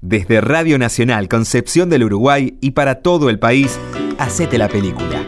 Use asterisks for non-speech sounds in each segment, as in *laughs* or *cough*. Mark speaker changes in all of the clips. Speaker 1: Desde Radio Nacional Concepción del Uruguay y para todo el país, hacete la película.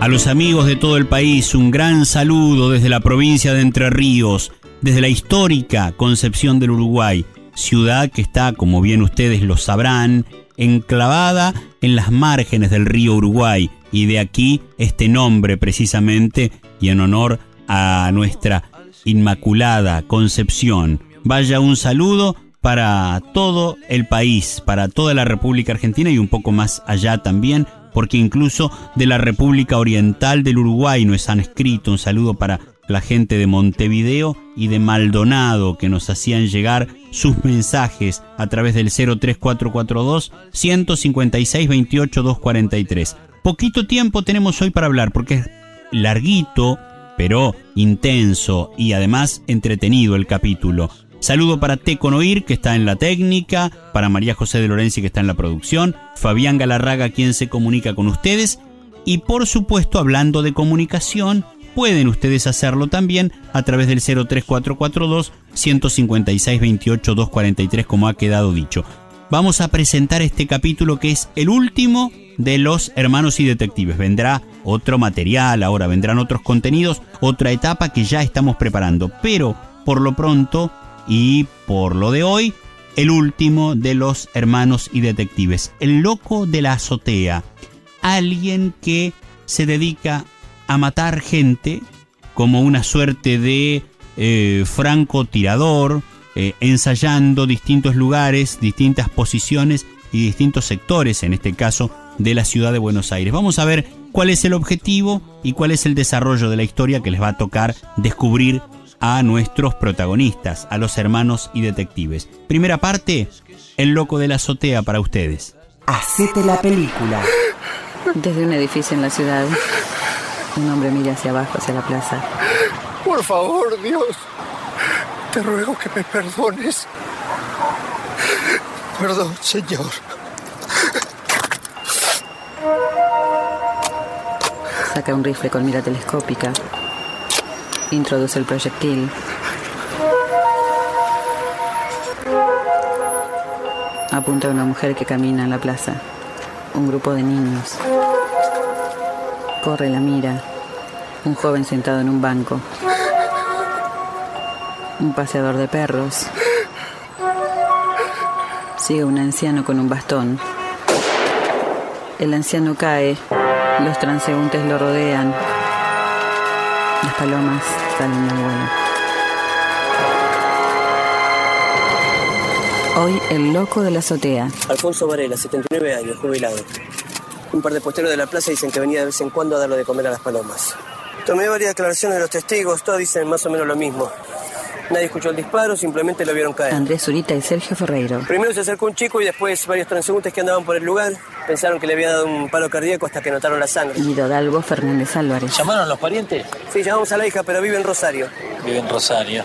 Speaker 2: A los amigos de todo el país, un gran saludo desde la provincia de Entre Ríos, desde la histórica Concepción del Uruguay, ciudad que está, como bien ustedes lo sabrán, enclavada en las márgenes del río Uruguay, y de aquí este nombre precisamente y en honor a nuestra Inmaculada Concepción. Vaya un saludo para todo el país, para toda la República Argentina y un poco más allá también, porque incluso de la República Oriental del Uruguay nos han escrito un saludo para la gente de Montevideo y de Maldonado que nos hacían llegar sus mensajes a través del 03442 156 28 243. Poquito tiempo tenemos hoy para hablar porque es larguito, pero intenso y además entretenido el capítulo. Saludo para Teco Noir, que está en la técnica, para María José de Lorenzi, que está en la producción, Fabián Galarraga, quien se comunica con ustedes, y por supuesto, hablando de comunicación, pueden ustedes hacerlo también a través del 03442 156 28 243 como ha quedado dicho. Vamos a presentar este capítulo que es el último de los hermanos y detectives. Vendrá otro material, ahora vendrán otros contenidos, otra etapa que ya estamos preparando. Pero por lo pronto y por lo de hoy, el último de los hermanos y detectives. El loco de la azotea. Alguien que se dedica a matar gente como una suerte de eh, francotirador, eh, ensayando distintos lugares, distintas posiciones y distintos sectores, en este caso de la ciudad de Buenos Aires. Vamos a ver cuál es el objetivo y cuál es el desarrollo de la historia que les va a tocar descubrir a nuestros protagonistas, a los hermanos y detectives. Primera parte, el loco de la azotea para ustedes.
Speaker 3: Hacete la película.
Speaker 4: Desde un edificio en la ciudad, un hombre mira hacia abajo, hacia la plaza.
Speaker 5: Por favor, Dios, te ruego que me perdones. Perdón, Señor.
Speaker 4: Saca un rifle con mira telescópica. Introduce el proyectil. Apunta a una mujer que camina en la plaza. Un grupo de niños. Corre la mira. Un joven sentado en un banco. Un paseador de perros. Sigue un anciano con un bastón. El anciano cae. Los transeúntes lo rodean. Las palomas salen al vuelo. Hoy el loco de la azotea.
Speaker 6: Alfonso Varela, 79 años, jubilado. Un par de posteros de la plaza dicen que venía de vez en cuando a darlo de comer a las palomas. Tomé varias declaraciones de los testigos, todos dicen más o menos lo mismo. Nadie escuchó el disparo, simplemente lo vieron caer.
Speaker 4: Andrés Zurita y Sergio Ferreiro.
Speaker 6: Primero se acercó un chico y después varios transeúntes que andaban por el lugar pensaron que le había dado un paro cardíaco hasta que notaron la sangre.
Speaker 4: Guido Dalgo Fernández Álvarez.
Speaker 7: ¿Llamaron los parientes?
Speaker 6: Sí, llamamos a la hija, pero vive en Rosario.
Speaker 7: Vive en Rosario.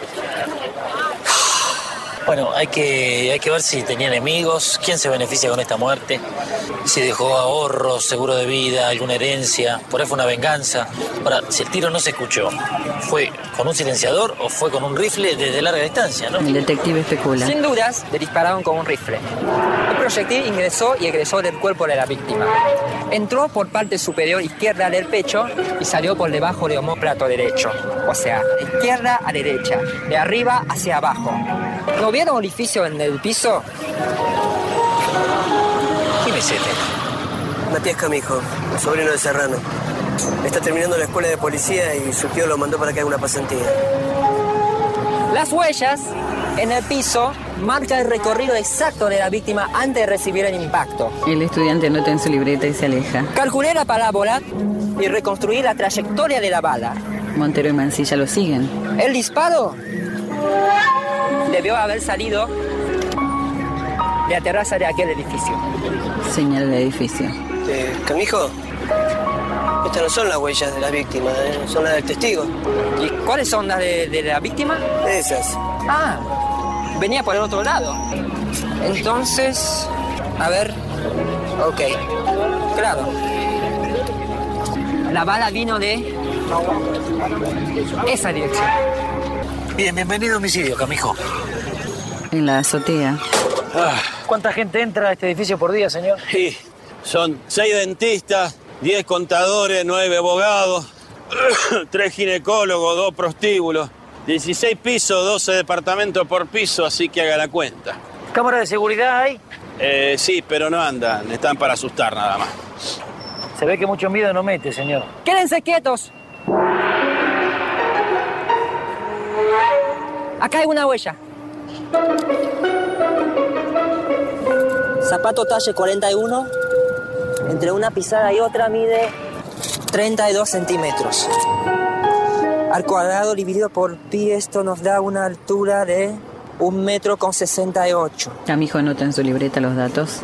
Speaker 7: Bueno, hay que, hay que ver si tenía enemigos, quién se beneficia con esta muerte, si dejó ahorros, seguro de vida, alguna herencia, por ahí fue una venganza. Ahora, si el tiro no se escuchó, ¿fue con un silenciador o fue con un rifle desde larga distancia, no?
Speaker 4: El detective especula.
Speaker 8: Sin dudas, le dispararon con un rifle. El proyectil ingresó y egresó del cuerpo de la víctima. Entró por parte superior izquierda del pecho y salió por debajo del homóplato derecho. O sea, de izquierda a derecha, de arriba hacia abajo. ¿No vieron orificio en el piso?
Speaker 7: ¿Quién es este?
Speaker 6: Matías Camijo, sobrino de Serrano. Está terminando la escuela de policía y su tío lo mandó para que haga una pasantía.
Speaker 8: Las huellas en el piso marcan el recorrido exacto de la víctima antes de recibir el impacto.
Speaker 4: El estudiante anota en su libreta y se aleja.
Speaker 8: Calculé la parábola y reconstruí la trayectoria de la bala.
Speaker 4: Montero y Mancilla lo siguen.
Speaker 8: El disparo debió haber salido de la terraza de aquel edificio.
Speaker 4: Señala el edificio.
Speaker 6: Eh, Camijo, estas no son las huellas de las víctimas, ¿eh? son las del testigo.
Speaker 8: ¿Y cuáles son las de, de la víctima?
Speaker 6: Esas.
Speaker 8: Ah, venía por el otro lado. Entonces, a ver. Ok, claro. La bala vino de esa dirección.
Speaker 7: Bien, bienvenido a homicidio, Camijo.
Speaker 4: En la azotea.
Speaker 7: ¿Cuánta gente entra a este edificio por día, señor?
Speaker 9: Ah, Y son seis dentistas, diez contadores, nueve abogados, *coughs* tres ginecólogos, dos prostíbulos, 16 pisos, 12 departamentos por piso, así que haga la cuenta.
Speaker 7: ¿Cámara de seguridad hay?
Speaker 9: Eh, sí, pero no andan, están para asustar nada más.
Speaker 7: Se ve que mucho miedo no mete, señor.
Speaker 8: Quédense quietos. Acá hay una huella.
Speaker 10: Zapato talle 41, entre una pisada y otra mide 32 centímetros. Al cuadrado dividido por pi, esto nos da una altura de un metro con 68.
Speaker 4: Camijo anota en su libreta los datos.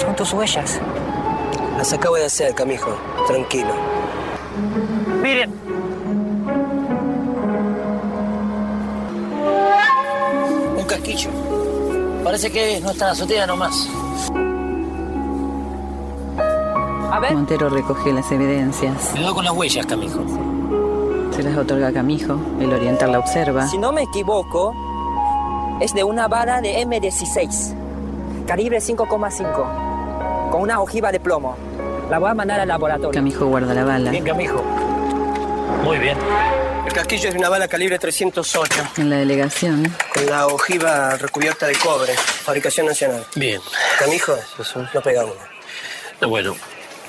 Speaker 8: Son tus huellas.
Speaker 6: Las acabo de hacer, camijo. Tranquilo.
Speaker 7: Miren.
Speaker 6: Un casquillo.
Speaker 7: Parece que es nuestra azotea nomás.
Speaker 8: A ver,
Speaker 4: Montero recogió las evidencias.
Speaker 7: Cuidado con las huellas, Camijo.
Speaker 4: Se las otorga a Camijo. El oriental la observa.
Speaker 10: Si no me equivoco, es de una vara de M16, calibre 5,5, con una ojiva de plomo.
Speaker 8: la voy a mandar al laboratorio.
Speaker 4: Camijo guarda la bala.
Speaker 7: Bien, Camijo. Muy bien.
Speaker 6: El casquillo es de una bala calibre 308,
Speaker 4: En la delegación,
Speaker 6: con la ojiva recubierta de cobre, fabricación nacional.
Speaker 7: Bien.
Speaker 6: Camijo, no pega una.
Speaker 7: No, Eh, bueno,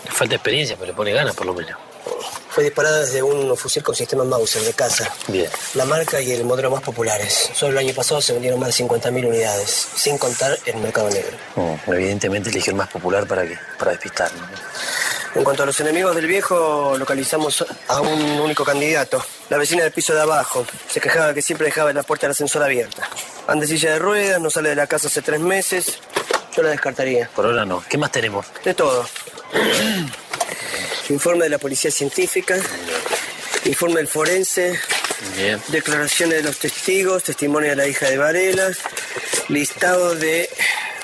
Speaker 7: le falta experiencia, pero le pone ganas por lo menos.
Speaker 6: Fue disparada desde un fusil con sistema Mauser de casa.
Speaker 7: Bien.
Speaker 6: La marca y el modelo más populares. Solo el año pasado se vendieron más de 50.000 unidades, sin contar el mercado negro.
Speaker 7: Oh, evidentemente eligió el más popular para que, para despistarnos.
Speaker 6: En cuanto a los enemigos del viejo, localizamos a un único candidato. La vecina del piso de abajo. Se quejaba que siempre dejaba la puerta del ascensor abierta. Anda en silla de ruedas, no sale de la casa hace tres meses. Yo la descartaría.
Speaker 7: Por ahora no. ¿Qué más tenemos?
Speaker 6: De todo. Informe de la policía científica. Informe del forense.
Speaker 7: Bien.
Speaker 6: Declaraciones de los testigos, testimonio de la hija de Varela, listado de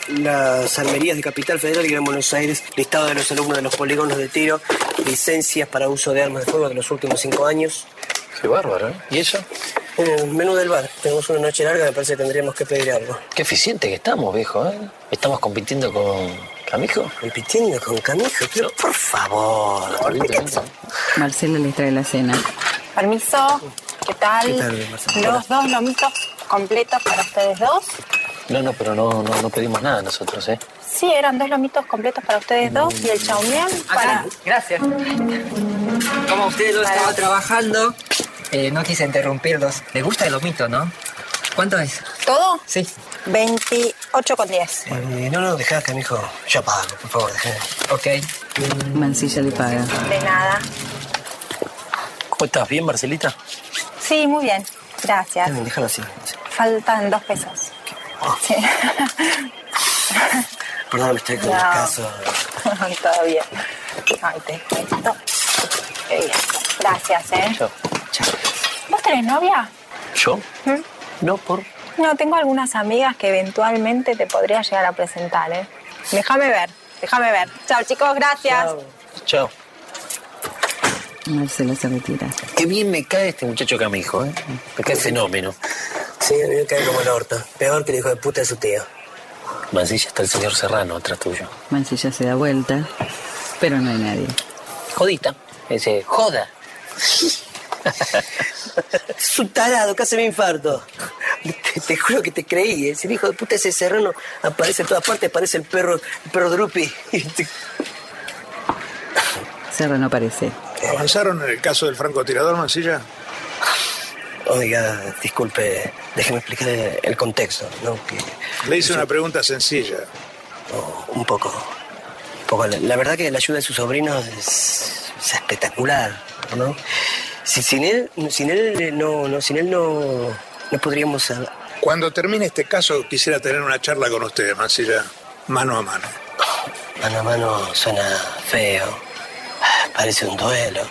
Speaker 6: las armerías de Capital Federal y Gran Buenos Aires, listado de los alumnos de los polígonos de tiro, licencias para uso de armas de fuego de los últimos cinco años.
Speaker 7: Qué bárbaro, ¿eh? ¿Y eso?
Speaker 6: En el menú del bar, tenemos una noche larga, me parece que tendríamos que pedir algo.
Speaker 7: Qué eficiente que estamos, viejo, ¿eh? Estamos compitiendo con Camijo.
Speaker 6: Compitiendo con Camijo, pero por favor.
Speaker 4: Marcela les trae la cena.
Speaker 11: Permiso, ¿qué tal?
Speaker 6: ¿Qué tal, Marcelo?
Speaker 11: Los dos lomitos completos para ustedes dos.
Speaker 7: No, no, pero no, no, no pedimos nada nosotros, ¿eh?
Speaker 11: Sí, eran dos lomitos completos para ustedes dos y el chaumián para...
Speaker 8: Acá, gracias.
Speaker 10: Como ustedes lo
Speaker 8: estaban
Speaker 10: trabajando,
Speaker 8: Eh, no quise interrumpirlos. ¿Les gusta el lomito, no? ¿Cuánto es?
Speaker 11: ¿Todo?
Speaker 8: Sí.
Speaker 11: 28 con 10.
Speaker 6: Eh, No, no, dejá, Camijo. Ya pago, por favor, dejá.
Speaker 8: Ok.
Speaker 4: Mancilla le paga.
Speaker 11: De nada.
Speaker 7: ¿Cómo estás? ¿Bien, Marcelita?
Speaker 11: Sí, muy bien. Gracias.
Speaker 6: También, déjalo así.
Speaker 11: Faltan dos pesos. *laughs* Sí.
Speaker 6: Perdóname, estoy con
Speaker 11: No.
Speaker 6: el caso.
Speaker 11: Todo bien. Ay, te cuento. Qué bien. Gracias, ¿eh?
Speaker 7: Chao.
Speaker 11: ¿Vos tenés novia?
Speaker 7: ¿Yo?
Speaker 11: ¿Mm?
Speaker 7: No, por...
Speaker 11: No, tengo algunas amigas que eventualmente te podría llegar a presentar, ¿eh? Déjame ver, déjame ver. Chao, chicos, gracias.
Speaker 7: Chao.
Speaker 4: Marcela se retira.
Speaker 7: Qué bien me cae este muchacho Camijo, ¿eh? Me cae fenómeno.
Speaker 6: Sí, a mí me cae como el orto. Peor que el hijo de puta de su tío.
Speaker 7: Mancilla está el señor Serrano atrás tuyo.
Speaker 4: Mancilla se da vuelta, pero no hay nadie.
Speaker 7: Jodita. Ese, joda.
Speaker 6: *laughs* Es un tarado, casi me infarto. Te, te juro que te creí, ¿eh? ese hijo de puta, ese serrano aparece en todas partes, parece el perro, el perro Drupi. *laughs*
Speaker 4: Serra no aparece.
Speaker 5: ¿Avanzaron en el caso del francotirador, Mancilla?
Speaker 6: Oiga, disculpe, déjeme explicar el, el contexto, ¿no? Que,
Speaker 5: Le hice una pregunta sencilla.
Speaker 6: oh, un poco. un poco la, la verdad que la ayuda de su sobrino es, es espectacular, ¿no? Si- sin él, sin él eh, no, no, sin él no, no podríamos eh,
Speaker 5: Cuando termine este caso, quisiera tener una charla con usted, Mancilla, mano a mano.
Speaker 6: Mano a mano suena feo. Parece un duelo.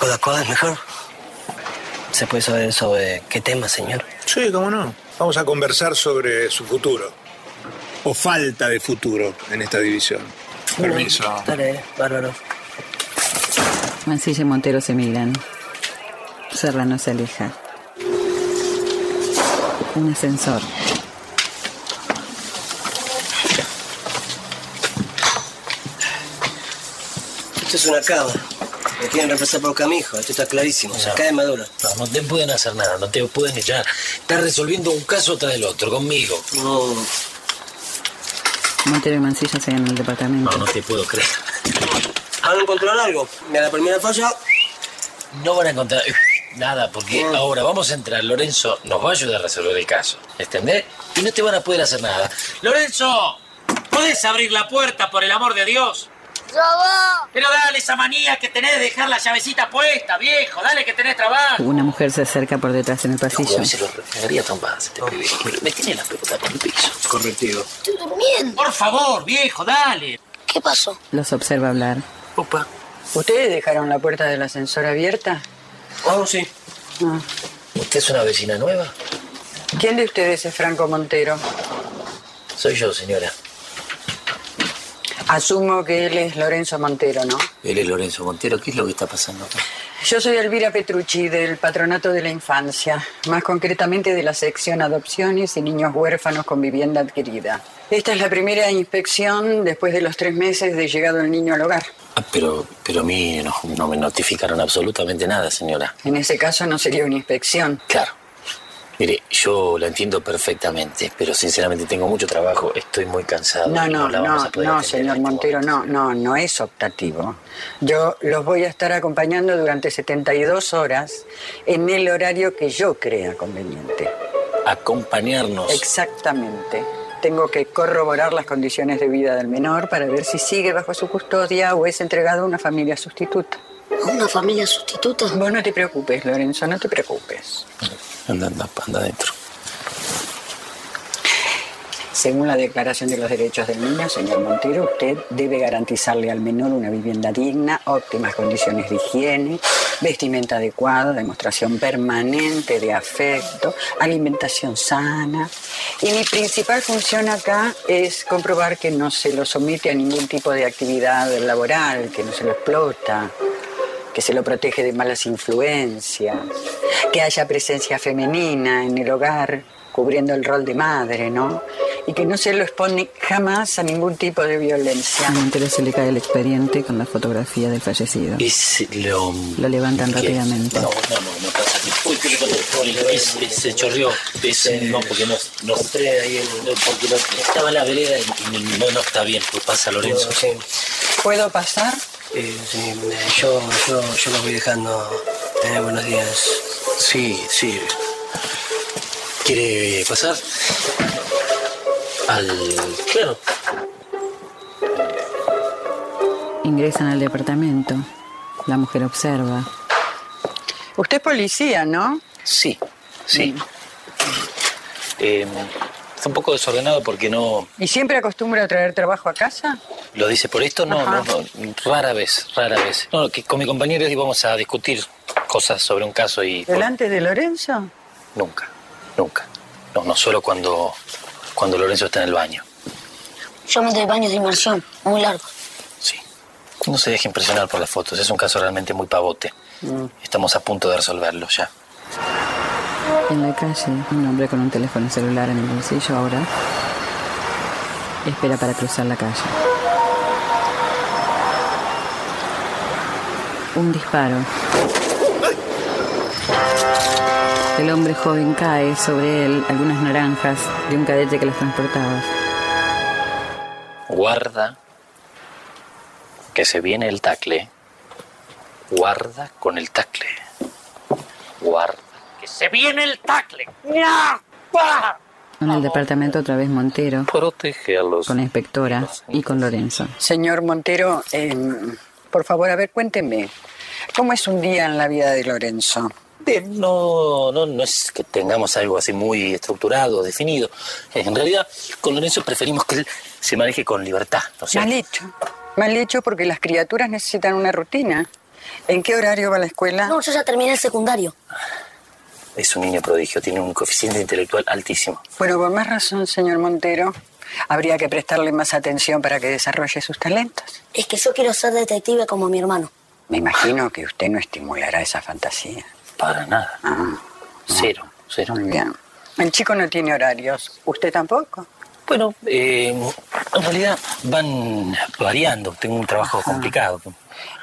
Speaker 6: ¿Coda a coda es mejor? ¿Se puede saber sobre qué tema, señor?
Speaker 5: Sí, cómo no. Vamos a conversar sobre su futuro. O falta de futuro en esta división. Permiso.
Speaker 6: Dale, bárbaro.
Speaker 4: Mancilla y Montero se miran. Serra no se aleja. un ascensor.
Speaker 6: Esto es una cama. Me quieren reemplazar por camijo. Esto está clarísimo. Acá de Maduro.
Speaker 7: No, no te pueden hacer nada, no te pueden echar. Estás resolviendo un caso tras el otro, conmigo.
Speaker 6: No,
Speaker 4: Montero y Mancilla se en el departamento.
Speaker 7: no te puedo creer.
Speaker 6: ¿Van a encontrar algo? A la primera falla...
Speaker 7: No van a encontrar
Speaker 6: eh,
Speaker 7: nada, porque ahora vamos a entrar. Lorenzo nos va a ayudar a resolver el caso. ¿Entendés? Y no te van a poder hacer nada. ¡Lorenzo! ¿Podés abrir la puerta, por el amor de Dios? Pero dale esa manía que tenés de dejar la llavecita puesta, viejo. Dale que tenés trabajo.
Speaker 4: Una mujer se acerca por detrás en el pasillo.
Speaker 7: se lo regaría trompadas este pibe. Me tiene la pelota por el piso.
Speaker 5: Correctivo.
Speaker 7: Estoy durmiendo. Por favor, viejo, dale.
Speaker 12: ¿Qué pasó?
Speaker 4: Los observa hablar.
Speaker 7: Opa.
Speaker 12: ¿Ustedes dejaron la puerta del ascensor abierta? Ah.
Speaker 6: Oh, sí.
Speaker 7: ¿Usted es una vecina nueva?
Speaker 12: ¿Quién de ustedes es Franco Montero?
Speaker 7: Soy yo, señora.
Speaker 12: Asumo que él es Lorenzo Montero, ¿no?
Speaker 7: Él es Lorenzo Montero. ¿Qué es lo que está pasando acá?
Speaker 12: Yo soy Elvira Petrucci del Patronato de la Infancia, más concretamente de la sección Adopciones y Niños Huérfanos con Vivienda Adquirida. Esta es la primera inspección después de los tres meses de llegado el niño al hogar.
Speaker 7: Ah, pero, pero a mí no, no me notificaron absolutamente nada, señora.
Speaker 12: En ese caso no sería una inspección.
Speaker 7: Claro. Mire, yo la entiendo perfectamente, pero sinceramente tengo mucho trabajo. Estoy muy cansado.
Speaker 12: No, no,
Speaker 7: la
Speaker 12: no,
Speaker 7: vamos a
Speaker 12: no,
Speaker 7: poder atender. este
Speaker 12: señor Montero, no, no, no es optativo. Yo los voy a estar acompañando durante 72 horas en el horario que yo crea conveniente.
Speaker 7: Acompañarnos.
Speaker 12: Exactamente. Tengo que corroborar las condiciones de vida del menor para ver si sigue bajo su custodia o es entregado a una familia sustituta. ¿Una familia sustituta? Vos no te preocupes, Lorenzo, no te preocupes.
Speaker 7: Anda, anda, anda adentro.
Speaker 12: Según la Declaración de los Derechos del Niño, señor Montero, usted debe garantizarle al menor una vivienda digna, óptimas condiciones de higiene, vestimenta adecuada, demostración permanente de afecto, alimentación sana. Y mi principal función acá es comprobar que no se lo somete a ningún tipo de actividad laboral, que no se lo explota, que se lo protege de malas influencias, que haya presencia femenina en el hogar, cubriendo el rol de madre, ¿no? Y que no se lo expone jamás a ningún tipo de violencia.
Speaker 4: A Montero se le cae el expediente con la fotografía del fallecido.
Speaker 7: Es lo...
Speaker 4: Lo levantan
Speaker 7: ¿Qué?
Speaker 4: rápidamente.
Speaker 7: No, no, no, no pasa. Uy, qué le pasó. Es- es- Se chorreó. Es- no, porque no. no entré ahí. eh, porque no- estaba en la vereda y y no, no está bien. Pues pasa, Lorenzo.
Speaker 12: ¿Puedo pasar?
Speaker 6: Eh, sí, yo, yo, yo los voy dejando. Eh, buenos días.
Speaker 7: Sí, sí. ¿Quiere pasar? Al. Claro.
Speaker 4: Ingresan al departamento. La mujer observa.
Speaker 12: Usted es policía, ¿no?
Speaker 7: Sí, sí. Eh, está un poco desordenado porque no.
Speaker 12: ¿Y siempre acostumbra a traer trabajo a casa?
Speaker 7: ¿Lo dice por esto? No, no, no, Rara vez, rara vez. No, que con mi compañero íbamos a discutir cosas sobre un caso y.
Speaker 12: ¿Delante de Lorenzo?
Speaker 7: Nunca, nunca. No, no solo cuando, cuando Lorenzo está en el baño.
Speaker 12: Yo me doy baño de inmersión, muy largo.
Speaker 7: No se deje impresionar por las fotos, es un caso realmente muy pavote. Estamos a punto de resolverlo ya.
Speaker 4: En la calle, un hombre con un teléfono celular en el bolsillo ahora espera para cruzar la calle. Un disparo. El hombre joven cae sobre él algunas naranjas de un cadete que las transportaba.
Speaker 7: Guarda que se viene el tacle. Guarda con el tacle. Guarda. Que se viene el tacle.
Speaker 4: En el departamento otra vez Montero con la inspectora y con Lorenzo.
Speaker 12: Señor Montero, eh, por favor, a ver, cuénteme, ¿cómo es un día en la vida de Lorenzo?
Speaker 7: Bien, No, no, no es que tengamos algo así muy estructurado, definido. Eh, En realidad, con Lorenzo preferimos que él se maneje con libertad, ¿no es cierto?
Speaker 12: Mal hecho. Mal hecho porque las criaturas necesitan una rutina. ¿En qué horario va la escuela? No, yo ya terminé el secundario.
Speaker 7: Es un niño prodigio, tiene un coeficiente intelectual altísimo.
Speaker 12: Bueno, por más razón, señor Montero, habría que prestarle más atención para que desarrolle sus talentos.
Speaker 13: Es que yo quiero ser detective como mi hermano.
Speaker 12: Me imagino que usted no estimulará esa fantasía.
Speaker 7: Para nada.
Speaker 12: Ah,
Speaker 7: Cero, cero.
Speaker 12: muy bien. El chico no tiene horarios. ¿Usted tampoco?
Speaker 7: Bueno, Eh, en realidad van variando. Tengo un trabajo complicado.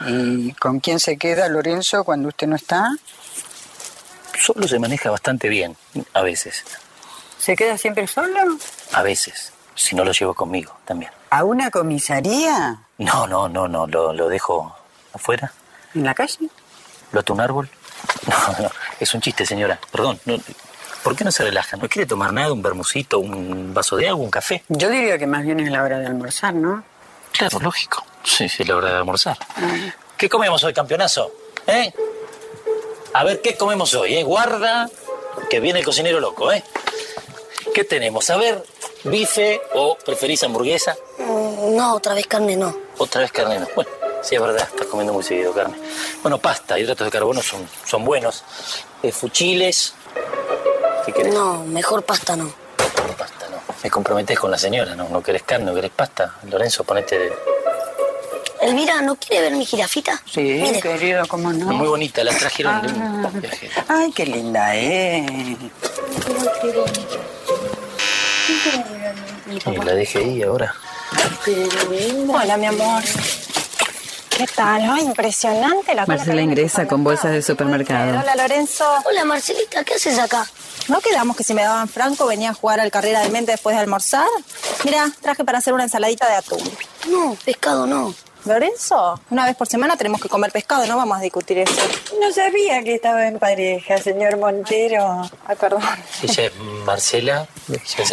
Speaker 12: ¿Y con quién se queda Lorenzo cuando usted no está?
Speaker 7: Solo se maneja bastante bien, a veces.
Speaker 12: ¿Se queda siempre solo?
Speaker 7: A veces. Si no lo llevo conmigo también.
Speaker 12: ¿A una comisaría?
Speaker 7: No, no, no, no. Lo, lo dejo afuera.
Speaker 12: ¿En la calle?
Speaker 7: ¿Lo ato a un árbol? *laughs* No, no. Es un chiste, señora. Perdón. no- ¿Por qué no se relaja? ¿No quiere tomar nada? ¿Un bermucito? ¿Un vaso de agua? ¿Un café?
Speaker 12: Yo diría que más bien es la hora de almorzar, ¿no?
Speaker 7: Claro, lógico. Sí, sí, la hora de almorzar.
Speaker 12: Mm.
Speaker 7: ¿Qué comemos hoy, campeonazo? ¿Eh? A ver, ¿qué comemos hoy? Eh? Guarda, que viene el cocinero loco, ¿eh? ¿Qué tenemos? A ver, bife o preferís hamburguesa.
Speaker 13: Mm, No, otra vez carne no.
Speaker 7: Otra vez carne. no. Bueno, sí, es verdad, estás comiendo muy seguido carne. Bueno, pasta, hidratos de carbono son, son buenos. Eh, fuchiles. ¿Qué querés?
Speaker 13: No, mejor pasta no.
Speaker 7: Me comprometés con la señora, ¿no? No querés carne, no querés pasta. Lorenzo, ponete... de-
Speaker 13: Elvira, ¿no quiere ver mi jirafita?
Speaker 12: Sí,
Speaker 13: Mire.
Speaker 12: querido, ¿cómo no?
Speaker 7: Muy bonita, la trajeron de un
Speaker 12: Ah. Ay, qué linda es.
Speaker 7: Y la dejé ahí ahora.
Speaker 11: Hola, mi amor. ¿Qué tal? Ay, impresionante la cola.
Speaker 4: Marcela ingresa con bolsas de supermercado.
Speaker 11: Hola, Lorenzo.
Speaker 13: Hola, Marcelita, ¿qué haces acá?
Speaker 11: ¿No quedamos que si me daban franco venía a jugar al carrera de mente después de almorzar? Mira, traje para hacer una ensaladita de atún.
Speaker 13: No, pescado no.
Speaker 11: Lorenzo, una vez por semana tenemos que comer pescado, no vamos a discutir eso. No sabía que estaba en pareja, señor Montero. Ay, Ah, perdón.
Speaker 7: Ella es Marcela.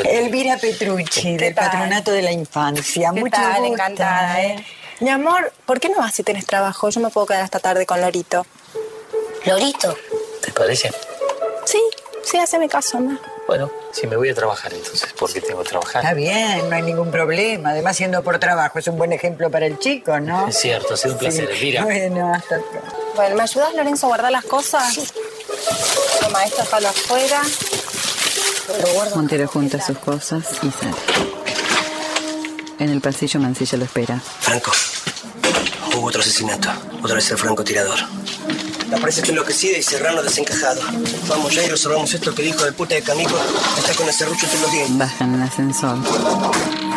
Speaker 10: Elvira Petrucci, del Patronato de la Infancia.
Speaker 11: ¿Qué
Speaker 10: Mucho
Speaker 11: tal?
Speaker 10: gusto.
Speaker 11: Encantada, ¿eh? Mi amor, ¿por qué no vas si tenés trabajo? Yo me puedo quedar hasta tarde con Lorito.
Speaker 13: ¿Lorito?
Speaker 7: ¿Te parece?
Speaker 11: Sí, sí, haceme caso, ma.
Speaker 7: Bueno, si me voy a trabajar entonces, porque tengo que trabajar.
Speaker 10: Está bien, no hay ningún problema. Además, siendo por trabajo, es un buen ejemplo para el chico, ¿no?
Speaker 7: Es cierto, ha sido un placer, Elvira.
Speaker 10: Bueno, hasta pronto.
Speaker 11: Bueno, ¿me ayudas, Lorenzo, a guardar las cosas? Toma, esto déjalo afuera.
Speaker 4: Montero junta sus cosas y sale. En el pasillo Mancilla lo espera.
Speaker 6: Franco. Hubo otro asesinato. Otra vez el francotirador. La prensa está enloquecida y Serrano desencajado. Vamos ya y resolvamos esto que dijo de puta de Canico. Está con el serrucho entre los dientes.
Speaker 4: Bajan el ascensor.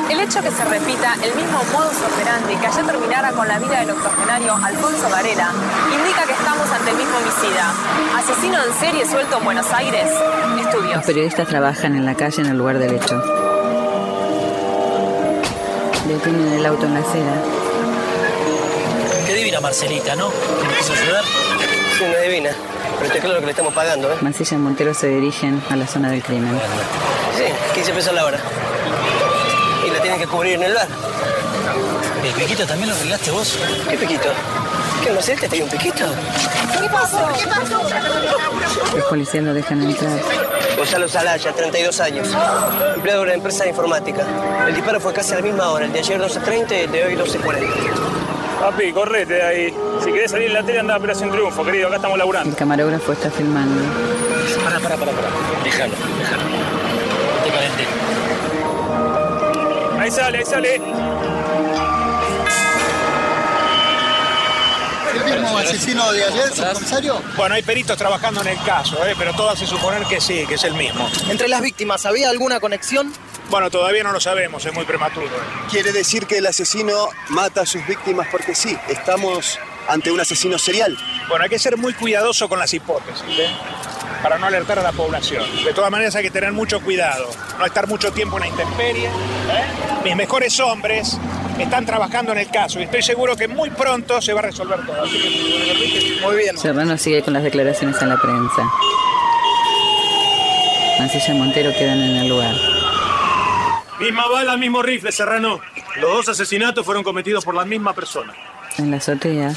Speaker 14: El hecho que se repita el mismo modus operandi que ayer terminara con la vida del octogenario Alfonso Varela indica que estamos ante el mismo homicida. Asesino en serie suelto en Buenos Aires. Estudios.
Speaker 4: Los periodistas trabajan en la calle en el lugar del hecho. Detienen el auto en la acera.
Speaker 7: Qué divina Marcelita, ¿no? ¿Te empiezo a ayudar?
Speaker 6: Sí, una divina. Pero está claro lo que le estamos pagando, ¿eh?
Speaker 4: Mancilla y Montero se dirigen a la zona del crimen.
Speaker 6: Sí, 15 pesos la hora. Y la tienen que cubrir en el bar.
Speaker 7: ¿El piquito también lo arreglaste vos?
Speaker 6: ¿Qué piquito? ¿Qué, Marcelita, te dio un piquito?
Speaker 11: ¿Qué pasó?
Speaker 6: ¿Qué pasó?
Speaker 4: Los policías lo dejan entrar.
Speaker 6: Gonzalo Salaya, 32 años, empleado de una empresa de informática. El disparo fue casi a la misma hora, el de ayer 12.30 y el de hoy 12.40.
Speaker 15: Papi, correte de ahí. Si querés salir en la tele, anda a Operación Triunfo, querido. Acá estamos laburando.
Speaker 4: El camarógrafo está filmando.
Speaker 7: Pará, pará, pará, pará. Déjalo, déjalo. Te calenté.
Speaker 15: Ahí sale, ahí sale.
Speaker 16: ¿El mismo asesino de ayer, comisario?
Speaker 5: Bueno, hay peritos trabajando en el caso, ¿eh? pero todo hace suponer que sí, que es el mismo.
Speaker 16: Entre las víctimas, ¿había alguna conexión?
Speaker 5: Bueno, todavía no lo sabemos, es muy prematuro. ¿eh?
Speaker 16: Quiere decir que el asesino mata a sus víctimas porque sí, estamos ante un asesino serial.
Speaker 5: Bueno, hay que ser muy cuidadoso con las hipótesis, ¿eh? para no alertar a la población. De todas maneras hay que tener mucho cuidado, no estar mucho tiempo en la intemperie. ¿eh? Mis mejores hombres están trabajando en el caso y estoy seguro que muy pronto se va a resolver todo. Así que, muy bien.
Speaker 4: Serrano sigue con las declaraciones a la prensa. Mancilla y Montero quedan en el lugar.
Speaker 15: Misma bala, mismo rifle, Serrano. Los dos asesinatos fueron cometidos por la misma persona.
Speaker 4: En la azotea,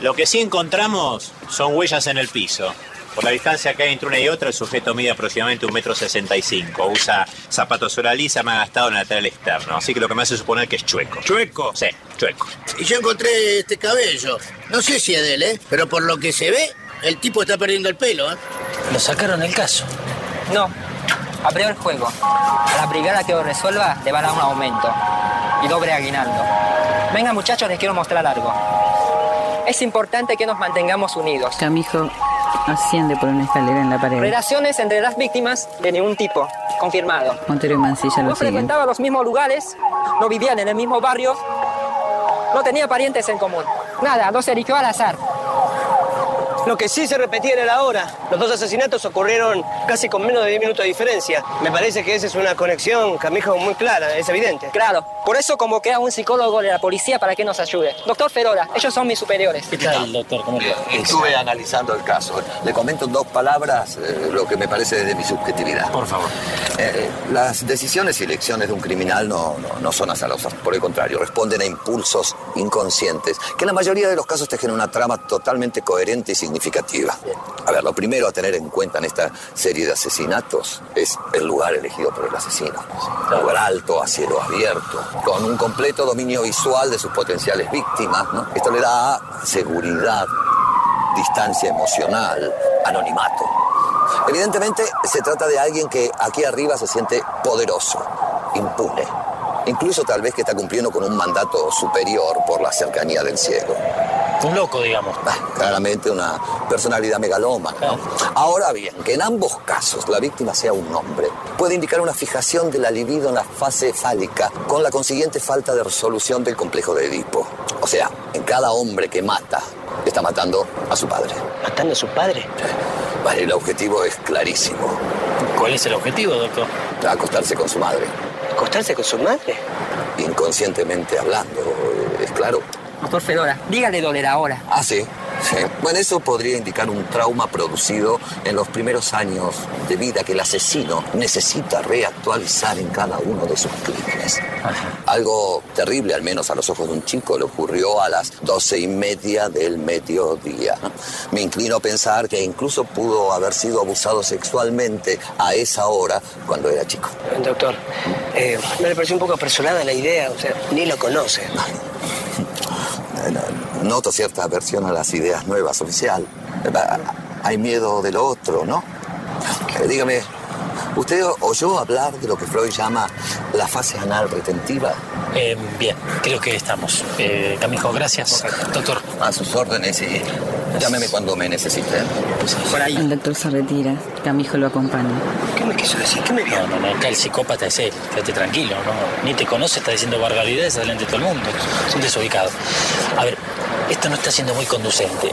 Speaker 17: Lo que sí encontramos son huellas en el piso. Por la distancia que hay entre una y otra, el sujeto mide aproximadamente 1,65 m. Usa zapatos suela lisa, me ha gastado en el lateral externo. Así que lo que me hace suponer que es chueco.
Speaker 5: ¿Chueco?
Speaker 17: Sí, chueco.
Speaker 18: Y yo encontré este cabello. No sé si es de él, ¿eh? Pero por lo que se ve, el tipo está perdiendo el pelo, ¿eh?
Speaker 7: Lo sacaron el caso.
Speaker 8: No, abrió el juego. A la brigada que lo resuelva le van a dar un aumento. Y doble aguinaldo. Venga muchachos, les quiero mostrar algo. Es importante que nos mantengamos unidos.
Speaker 4: Camijo Asciende por una escalera en la pared.
Speaker 8: Relaciones entre las víctimas de ningún tipo, confirmado.
Speaker 4: Montero y Mancilla lo
Speaker 8: No
Speaker 4: siguen.
Speaker 8: frecuentaba los mismos lugares, no vivían en el mismo barrio, no tenía parientes en común. Nada, no se eligió al azar.
Speaker 6: Lo que sí se repetía era la hora. Los dos asesinatos ocurrieron casi con menos de 10 minutos de diferencia. Me parece que esa es una conexión, Camijo, muy clara, es evidente.
Speaker 8: Claro, por eso convoqué a un psicólogo de la policía para que nos ayude. Doctor Ferora, ellos son mis superiores.
Speaker 19: ¿Qué tal, doctor? ¿Cómo le Estuve analizando el caso. Le comento en dos palabras eh, lo que me parece desde mi subjetividad. Por favor. las decisiones y elecciones de un criminal no, no, no son azarosas. Por el contrario, responden a impulsos inconscientes, que en la mayoría de los casos tejen una trama totalmente coherente y significativa. A ver, lo primero a tener en cuenta en esta serie de asesinatos es el lugar elegido por el asesino. Lugar alto, a cielo abierto, con un completo dominio visual de sus potenciales víctimas. ¿no? Esto le da seguridad, distancia emocional, anonimato. Evidentemente se trata de alguien que aquí arriba se siente poderoso, impune. Incluso tal vez que está cumpliendo con un mandato superior por la cercanía del cielo.
Speaker 7: Un loco, digamos.
Speaker 19: Claramente una personalidad megalómana. ¿no? Ahora bien, que en ambos casos la víctima sea un hombre puede indicar una fijación de la libido en la fase fálica con la consiguiente falta de resolución del complejo de Edipo. O sea, en cada hombre que mata, está matando a su padre.
Speaker 6: ¿Matando a su padre?
Speaker 19: Vale, el objetivo es clarísimo.
Speaker 7: ¿Cuál es el objetivo, doctor?
Speaker 19: Acostarse con su madre.
Speaker 6: ¿Acostarse con su madre?
Speaker 19: Inconscientemente hablando, eh, es claro.
Speaker 8: Doctor Ferora, dígale doler ahora.
Speaker 19: Ah, sí. sí. Bueno, eso podría indicar un trauma producido en los primeros años de vida que el asesino necesita reactualizar en cada uno de sus crímenes. Algo terrible, al menos a los ojos de un chico, le ocurrió a las doce y media del mediodía. Me inclino a pensar que incluso pudo haber sido abusado sexualmente a esa hora cuando era chico.
Speaker 6: Doctor, eh, me le pareció un poco apresurada la idea, o sea, ni lo conoce.
Speaker 19: Noto cierta aversión a las ideas nuevas, oficial. Eh, va, Hay miedo de lo otro, ¿no? Eh, Dígame, ¿usted o- oyó hablar de lo que Freud llama la fase anal retentiva?
Speaker 7: Eh, bien, creo que estamos. Eh, Camijo, gracias. Doctor.
Speaker 19: A sus órdenes y llámeme cuando me necesite. ¿eh?
Speaker 4: El doctor se retira. Camijo lo acompaña.
Speaker 6: ¿Qué me quiso decir? ¿Qué me
Speaker 7: No, no, no, acá el psicópata es él. Quédate tranquilo, ¿no? Ni te conoce, está diciendo barbaridades delante de todo el mundo. Es un desubicado. A ver, esto no está siendo muy conducente.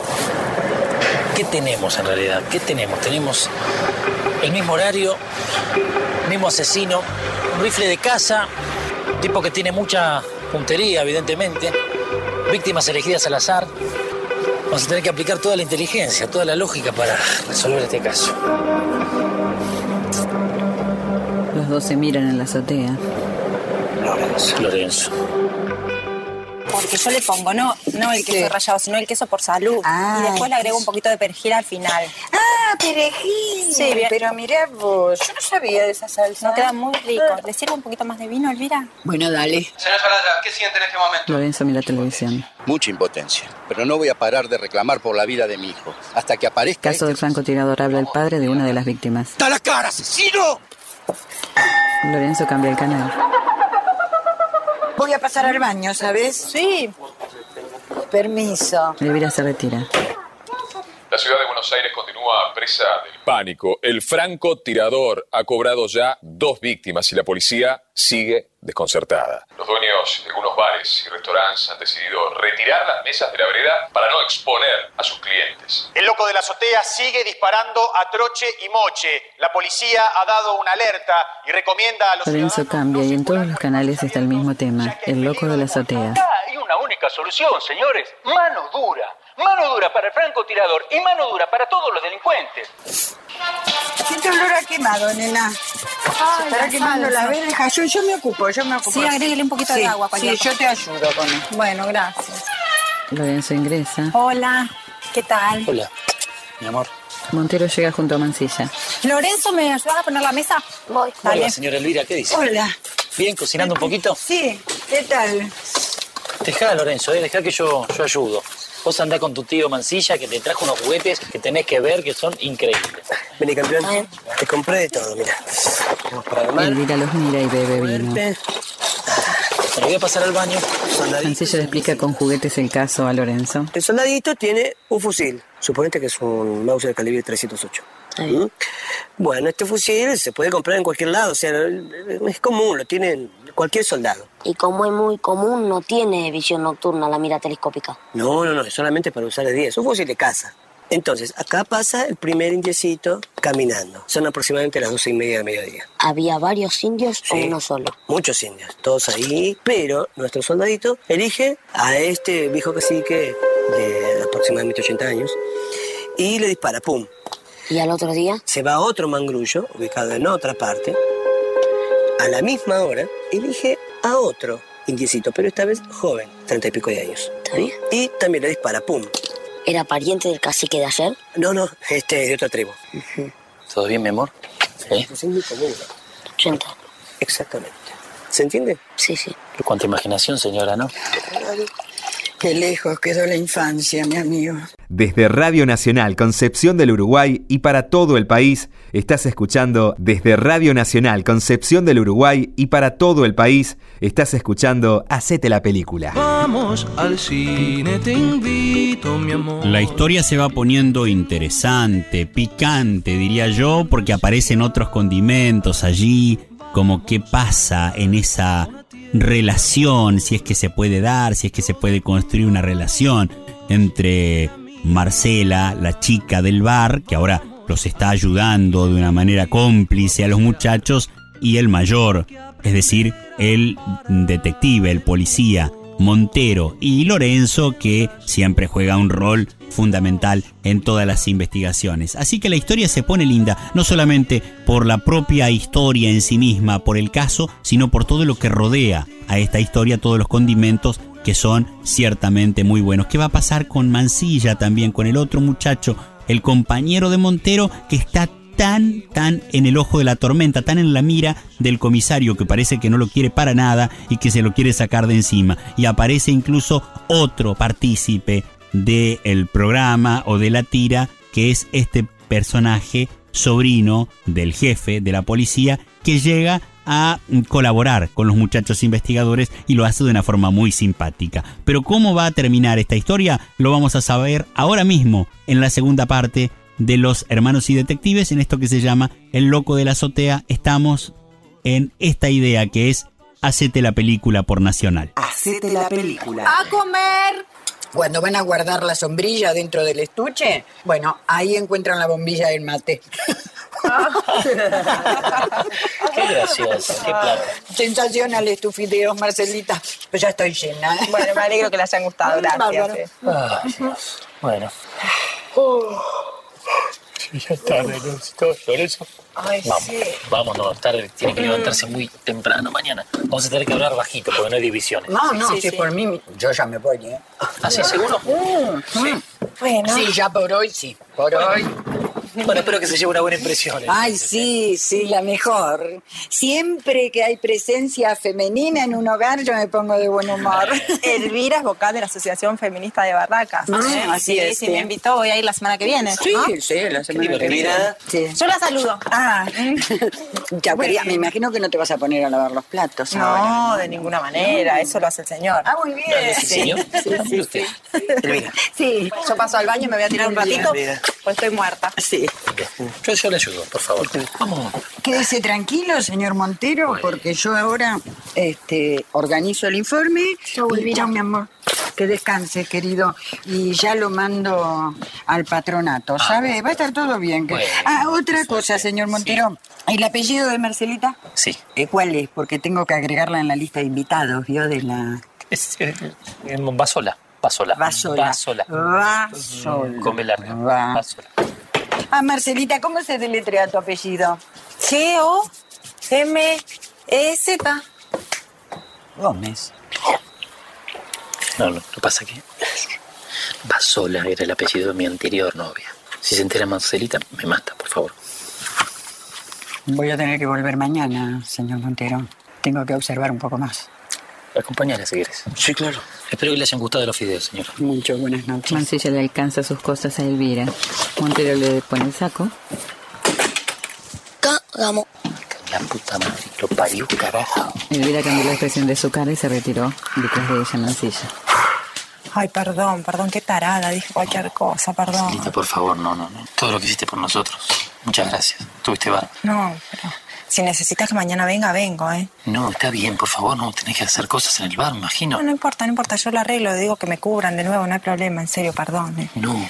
Speaker 7: ¿Qué tenemos en realidad? ¿Qué tenemos? Tenemos el mismo horario, mismo asesino, un rifle de caza, tipo que tiene mucha puntería, evidentemente, víctimas elegidas al azar. Vamos a tener que aplicar toda la inteligencia, toda la lógica para resolver este caso.
Speaker 4: Los dos se miran en la azotea.
Speaker 7: Lorenzo. Lorenzo.
Speaker 20: Porque yo le pongo no, no el queso rallado, sino el queso por salud. y después le agrego un poquito de perejil al final.
Speaker 21: Ah, perejil.
Speaker 20: Sí, bien.
Speaker 21: pero mirá vos, yo no sabía de esa salsa.
Speaker 20: No
Speaker 14: ¿eh?
Speaker 20: queda muy rico. ¿Le sirve un poquito más de vino, Elvira?
Speaker 21: Bueno, dale.
Speaker 22: Señor Saraya, ¿qué siente en este momento?
Speaker 4: Lorenzo mira televisión.
Speaker 22: Mucha impotencia, pero no voy a parar de reclamar por la vida de mi hijo hasta que aparezca.
Speaker 4: Caso del francotirador habla el padre de una de las víctimas.
Speaker 22: ¡Da la cara, asesino!
Speaker 4: Lorenzo cambia el canal.
Speaker 21: Voy a pasar al baño, ¿sabes? Sí. Permiso.
Speaker 4: Elvira se retira.
Speaker 23: La ciudad de Buenos Aires continúa presa del pánico. El francotirador ha cobrado ya dos víctimas y la policía sigue desconcertada. Los dueños de algunos bares y restaurantes han decidido retirar las mesas de la vereda para no exponer a sus clientes.
Speaker 24: El loco de la azotea sigue disparando a troche y moche. La policía ha dado una alerta y recomienda a los...
Speaker 4: Lorenzo cambia y en todos los canales está el mismo tema, el loco de la azotea.
Speaker 25: Ah, Hay una única solución, señores. Mano dura. Mano dura para el francotirador y mano dura para todos los delincuentes.
Speaker 21: Siento olor a quemado, nena.
Speaker 20: Ay,
Speaker 21: Estará
Speaker 20: la
Speaker 21: quemando la
Speaker 20: salsa.
Speaker 21: verja. Yo, yo me ocupo, yo me ocupo.
Speaker 20: Sí, agréguele un poquito
Speaker 21: Sí,
Speaker 20: de agua.
Speaker 21: Sí,
Speaker 20: cualquier
Speaker 21: yo
Speaker 20: cosa.
Speaker 21: te ayudo con esto.
Speaker 20: Bueno, gracias.
Speaker 4: Lorenzo ingresa.
Speaker 20: Hola, ¿qué tal?
Speaker 7: Hola, mi amor.
Speaker 4: Montero llega junto a Mancilla.
Speaker 20: Lorenzo, ¿me ayudas a poner la mesa? Voy.
Speaker 7: Hola, señora Elvira, ¿qué dice? Oh.
Speaker 20: Hola.
Speaker 7: ¿Bien? ¿Cocinando un poquito?
Speaker 20: Sí, ¿qué tal?
Speaker 7: Dejá, Lorenzo, eh, dejá que yo, yo ayudo. Vos andá con tu tío Mancilla que te trajo unos juguetes que tenés que ver que son increíbles. Ah.
Speaker 6: Vení, campeón. Te compré de todo, mira.
Speaker 4: Elvira los mira y bebe vino.
Speaker 7: Bueno, voy a pasar al baño.
Speaker 4: Mancilla le explica con juguetes el caso a Lorenzo.
Speaker 6: El soldadito tiene un fusil. Suponete que es un Mauser calibre 308. ¿Mm? Bueno, este fusil se puede comprar en cualquier lado, o sea, es común, lo tiene cualquier soldado.
Speaker 13: Y como es muy común, no tiene visión nocturna la mira telescópica.
Speaker 6: No, no, no, es solamente para usar de 10, es un fusil de caza. Entonces, acá pasa el primer indiecito caminando. Son aproximadamente las doce y media del mediodía.
Speaker 13: ¿Había varios indios o
Speaker 6: Sí.
Speaker 13: uno solo?
Speaker 6: Muchos indios, todos ahí, pero nuestro soldadito elige a este viejo cacique de aproximadamente 80 años y le dispara, ¡pum!
Speaker 13: ¿Y al otro día?
Speaker 6: Se va a otro mangrullo, ubicado en otra parte, a la misma hora, elige a otro indiecito, pero esta vez joven, treinta y pico de años. Y también le dispara, ¡pum!
Speaker 13: ¿Era pariente del cacique de ayer?
Speaker 6: No, no, este es de otra tribu.
Speaker 7: ¿Todo bien, mi amor? ¿Eh?
Speaker 6: Es muy común.
Speaker 13: 80.
Speaker 6: Exactamente. ¿Se entiende?
Speaker 13: Sí, sí.
Speaker 7: Cuánta imaginación, señora, ¿no?
Speaker 12: Qué lejos quedó la infancia, mi amigo.
Speaker 1: Desde Radio Nacional Concepción del Uruguay y para todo el país, estás escuchando desde Radio Nacional Concepción del Uruguay y para todo el país, estás escuchando Hacete la película.
Speaker 9: Vamos al cine, te invito, mi amor.
Speaker 2: La historia se va poniendo interesante, picante, diría yo, porque aparecen otros condimentos allí, como qué pasa en esa relación, si es que se puede dar, si es que se puede construir una relación entre Marcela, la chica del bar, que ahora los está ayudando de una manera cómplice a los muchachos, y el mayor, es decir, el detective, el policía, Montero y Lorenzo, que siempre juega un rol fundamental en todas las investigaciones. Así que la historia se pone linda, no solamente por la propia historia en sí misma, por el caso, sino por todo lo que rodea a esta historia, todos los condimentos que son ciertamente muy buenos. ¿Qué va a pasar con Mancilla también, con el otro muchacho, el compañero de Montero, que está tan, tan en el ojo de la tormenta, tan en la mira del comisario que parece que no lo quiere para nada y que se lo quiere sacar de encima. Y aparece incluso otro partícipe del programa o de la tira, que es este personaje sobrino del jefe de la policía, que llega a colaborar con los muchachos investigadores y lo hace de una forma muy simpática. Pero cómo va a terminar esta historia lo vamos a saber ahora mismo en la segunda parte de los hermanos y detectives en esto que se llama El loco de la azotea. Estamos en esta idea que es Hacete la película por Nacional.
Speaker 12: Hacete la película. ¡A comer! Cuando van a guardar la sombrilla dentro del estuche, bueno, ahí encuentran la bombilla del mate. *laughs*
Speaker 7: Qué gracioso, qué plata.
Speaker 12: Sensacional estos fideos, Marcelita. Pues ya estoy llena.
Speaker 11: Bueno, me alegro que les hayan
Speaker 12: *laughs*
Speaker 11: gustado. Gracias.
Speaker 12: Bárbaro.
Speaker 11: eh.
Speaker 7: Ah, bueno. Ya es tarde, necesito Lorenzo.
Speaker 11: Ay,
Speaker 7: Vamos,
Speaker 11: sí.
Speaker 7: vamos, no, tarde. Tiene que levantarse muy temprano mañana. Vamos a tener que hablar bajito porque no hay divisiones.
Speaker 12: No, no,
Speaker 7: Sí,
Speaker 12: si
Speaker 7: sí.
Speaker 12: por mí, yo ya me voy, ¿eh?
Speaker 11: Ah,
Speaker 7: ¿Así seguro?
Speaker 12: Bueno. Sí, ya por hoy sí. Por hoy.
Speaker 7: Bueno, espero que se lleve una buena impresión. ¿eh?
Speaker 12: Ay, sí, sí, la mejor. Siempre que hay presencia femenina en un hogar, yo me pongo de buen humor.
Speaker 11: Elvira es vocal de la Asociación Feminista de Barracas. ¿Eh?
Speaker 26: Ah,
Speaker 11: Sí,
Speaker 26: así
Speaker 11: sí,
Speaker 26: es,
Speaker 11: Si
Speaker 26: sí.
Speaker 11: me invitó, voy a ir la semana que viene.
Speaker 12: Sí,
Speaker 11: ¿no?
Speaker 12: sí, la semana que
Speaker 11: divertido.
Speaker 12: viene. Sí.
Speaker 11: Yo la saludo. ¿eh?
Speaker 12: Ah, *laughs* ya quería, me imagino que no te vas a poner a lavar los platos
Speaker 20: Ah.
Speaker 12: ahora.
Speaker 11: No, de ninguna
Speaker 20: Mm.
Speaker 11: manera. Eso lo hace el señor. Ah, muy bien.
Speaker 12: Sí, sí,
Speaker 7: Elvira.
Speaker 11: Sí, yo paso al baño y me voy a tirar un ratito,
Speaker 7: Elvira.
Speaker 11: pues estoy muerta.
Speaker 12: Sí.
Speaker 7: Yo, yo le ayudo, por favor. Vamos.
Speaker 12: Quédese tranquilo, señor Montero, porque yo ahora este, organizo el informe. Y chao, mi amor. Que descanse, querido. Y ya lo mando al patronato, ¿sabe? Va a estar todo bien.
Speaker 7: Bueno.
Speaker 12: ah, otra cosa, señor Montero. ¿El apellido de Marcelita?
Speaker 7: Sí.
Speaker 12: Eh, ¿Cuál es? Porque tengo que agregarla en la lista de invitados, ¿vio? De la...
Speaker 7: Es- eh, Va sola, va sola. Va sola. Va sola.
Speaker 12: Va sola.
Speaker 7: Con B larga. Va sola.
Speaker 12: Ah, Marcelita, ¿cómo se deletrea tu apellido?
Speaker 11: G-O-M-E-Z.
Speaker 12: Gómez.
Speaker 7: No, no, lo que pasa es que va sola era el apellido de mi anterior novia. Si se entera Marcelita, me mata, por favor.
Speaker 12: Voy a tener que volver mañana, señor Montero. Tengo que observar un poco más.
Speaker 7: Acompáñala si quieres. Sí, claro. Espero que le hayan gustado los videos, señora.
Speaker 12: Mucho, buenas noches.
Speaker 4: Mancilla le alcanza sus cosas a Elvira. Montero le pone el saco.
Speaker 13: Cagamos.
Speaker 4: La puta madre lo parió, carajo. Elvira cambió la expresión de su cara y se retiró detrás de ella en la silla.
Speaker 20: Ay, perdón, perdón, qué tarada, dije cualquier cosa, perdón.
Speaker 7: Lita, por favor, no, no, no. Todo lo que hiciste por nosotros. Muchas gracias. Tuviste bar.
Speaker 20: No, pero si necesitas que mañana venga, vengo, ¿eh?
Speaker 7: No, está bien, por favor, no. Tenés que hacer cosas en el bar,
Speaker 20: No,
Speaker 7: me imagino.
Speaker 20: no importa, no importa, yo lo arreglo, digo que me cubran de nuevo, no hay problema, en serio, perdón. ¿eh?
Speaker 7: No,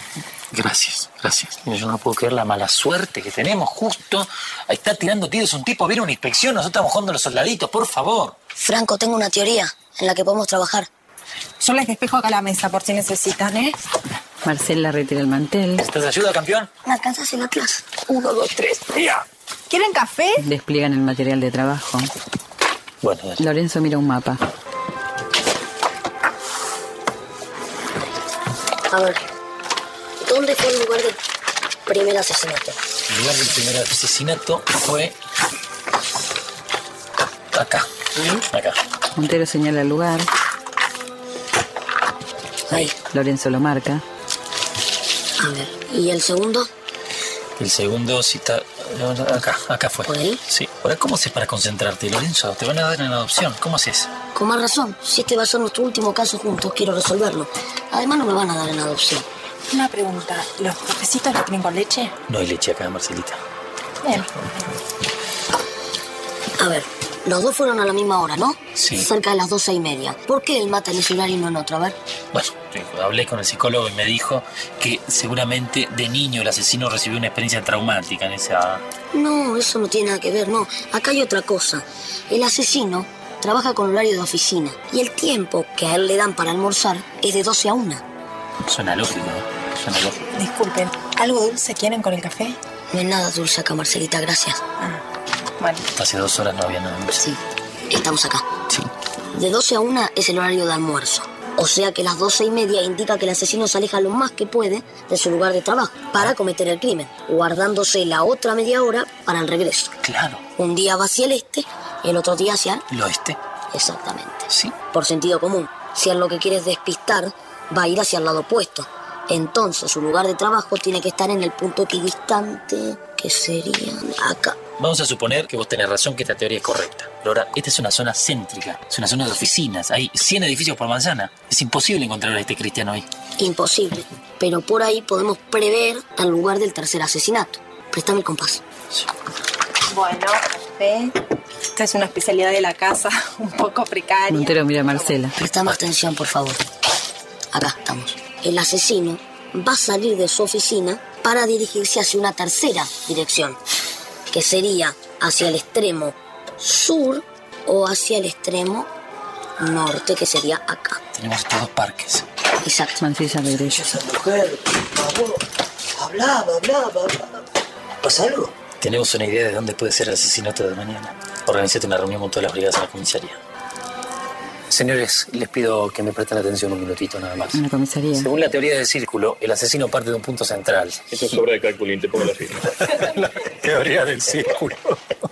Speaker 7: gracias, gracias. Mira, Yo no puedo creer la mala suerte que tenemos justo. Ahí está tirando tiros un tipo, viene una inspección, nosotros estamos jugando a los soldaditos, por favor.
Speaker 13: Franco, tengo una teoría en la que podemos trabajar.
Speaker 20: Yo les despejo acá la mesa por si necesitan, ¿eh?
Speaker 4: Marcela retira el mantel,
Speaker 7: ¿Estás de ayuda, campeón?
Speaker 13: Me alcanzas el atlas. Uno, dos, tres.
Speaker 20: ¿Quieren café?
Speaker 4: despliegan el material de trabajo.
Speaker 7: Bueno,
Speaker 4: Lorenzo mira un mapa.
Speaker 13: A ver, ¿dónde fue el lugar del primer asesinato?
Speaker 7: El lugar del primer asesinato fue. Acá. Acá.
Speaker 4: Montero señala el lugar.
Speaker 13: Ahí.
Speaker 4: Lorenzo lo marca.
Speaker 13: A ver, ¿y el segundo?
Speaker 7: El segundo, si está. no, no, Acá, acá fue. ¿Por ahí? Sí. ¿Por ahí? ¿Cómo haces para concentrarte, Lorenzo? Te van a dar en adopción. ¿Cómo haces?
Speaker 13: Con más razón, si este va a ser nuestro último caso juntos, quiero resolverlo. Además, no me van a dar en adopción.
Speaker 20: Una pregunta, ¿los cafecitos los tienen con leche?
Speaker 7: No hay leche acá, Marcelita.
Speaker 20: Bien.
Speaker 13: A ver, los dos fueron a la misma hora, ¿no?
Speaker 7: Sí.
Speaker 13: Cerca de las doce y media. ¿Por qué él mata en ese horario y no en otro? A ver.
Speaker 7: Bueno, yo hablé con el psicólogo y me dijo que seguramente de niño el asesino recibió una experiencia traumática en esa.
Speaker 13: No, eso no tiene nada que ver, no. Acá hay otra cosa. El asesino trabaja con horario de oficina y el tiempo que a él le dan para almorzar es de 12 a 1.
Speaker 7: Suena lógico, ¿no? Suena lógico.
Speaker 20: Disculpen, ¿algo dulce quieren con el café? Ah.
Speaker 13: No es nada dulce acá, Marcelita, gracias.
Speaker 20: Bueno,
Speaker 7: Hace dos horas no había nada más.
Speaker 13: Sí. Estamos acá. De 12 a 1 es el horario de almuerzo. O sea que las 12 y media indica que el asesino se aleja lo más que puede de su lugar de trabajo para cometer el crimen, guardándose la otra media hora para el regreso.
Speaker 7: Claro.
Speaker 13: Un día va hacia el este, el otro día hacia
Speaker 7: el oeste.
Speaker 13: Exactamente.
Speaker 7: Sí.
Speaker 13: Por sentido común. Si él lo que quiere es despistar, va a ir hacia el lado opuesto. Entonces su lugar de trabajo tiene que estar en el punto equidistante, que sería acá.
Speaker 7: Vamos a suponer que vos tenés razón que esta teoría es correcta. Lora, esta es una zona céntrica, es una zona de oficinas, hay 100 edificios por manzana. Es imposible encontrar a este cristiano ahí.
Speaker 13: Imposible. Pero por ahí podemos prever el lugar del tercer asesinato. Préstame el compás.
Speaker 20: bueno, café. Esta es una especialidad de la casa, *laughs* un poco precaria.
Speaker 4: Montero mira a Marcela.
Speaker 13: Prestame atención, por favor. Acá estamos. El asesino va a salir de su oficina para dirigirse hacia una tercera dirección, que sería hacia el extremo sur o hacia el extremo norte, que sería acá.
Speaker 7: Tenemos estos dos parques.
Speaker 13: Exacto.
Speaker 4: Mancilla regresa.
Speaker 6: Mujer, por favor, hablaba, hablaba, hablaba. ¿Pasa algo?
Speaker 7: Tenemos una idea de dónde puede ser el asesinato de mañana. Organizate una reunión con todas las brigadas en la comisaría. Señores, les pido que me presten atención un minutito nada más.
Speaker 4: En la comisaría.
Speaker 7: Según la teoría del círculo, el asesino parte de un punto central.
Speaker 23: Es un sobre de cálculo y te pongo la firma.
Speaker 7: *laughs* Teoría del *laughs* círculo.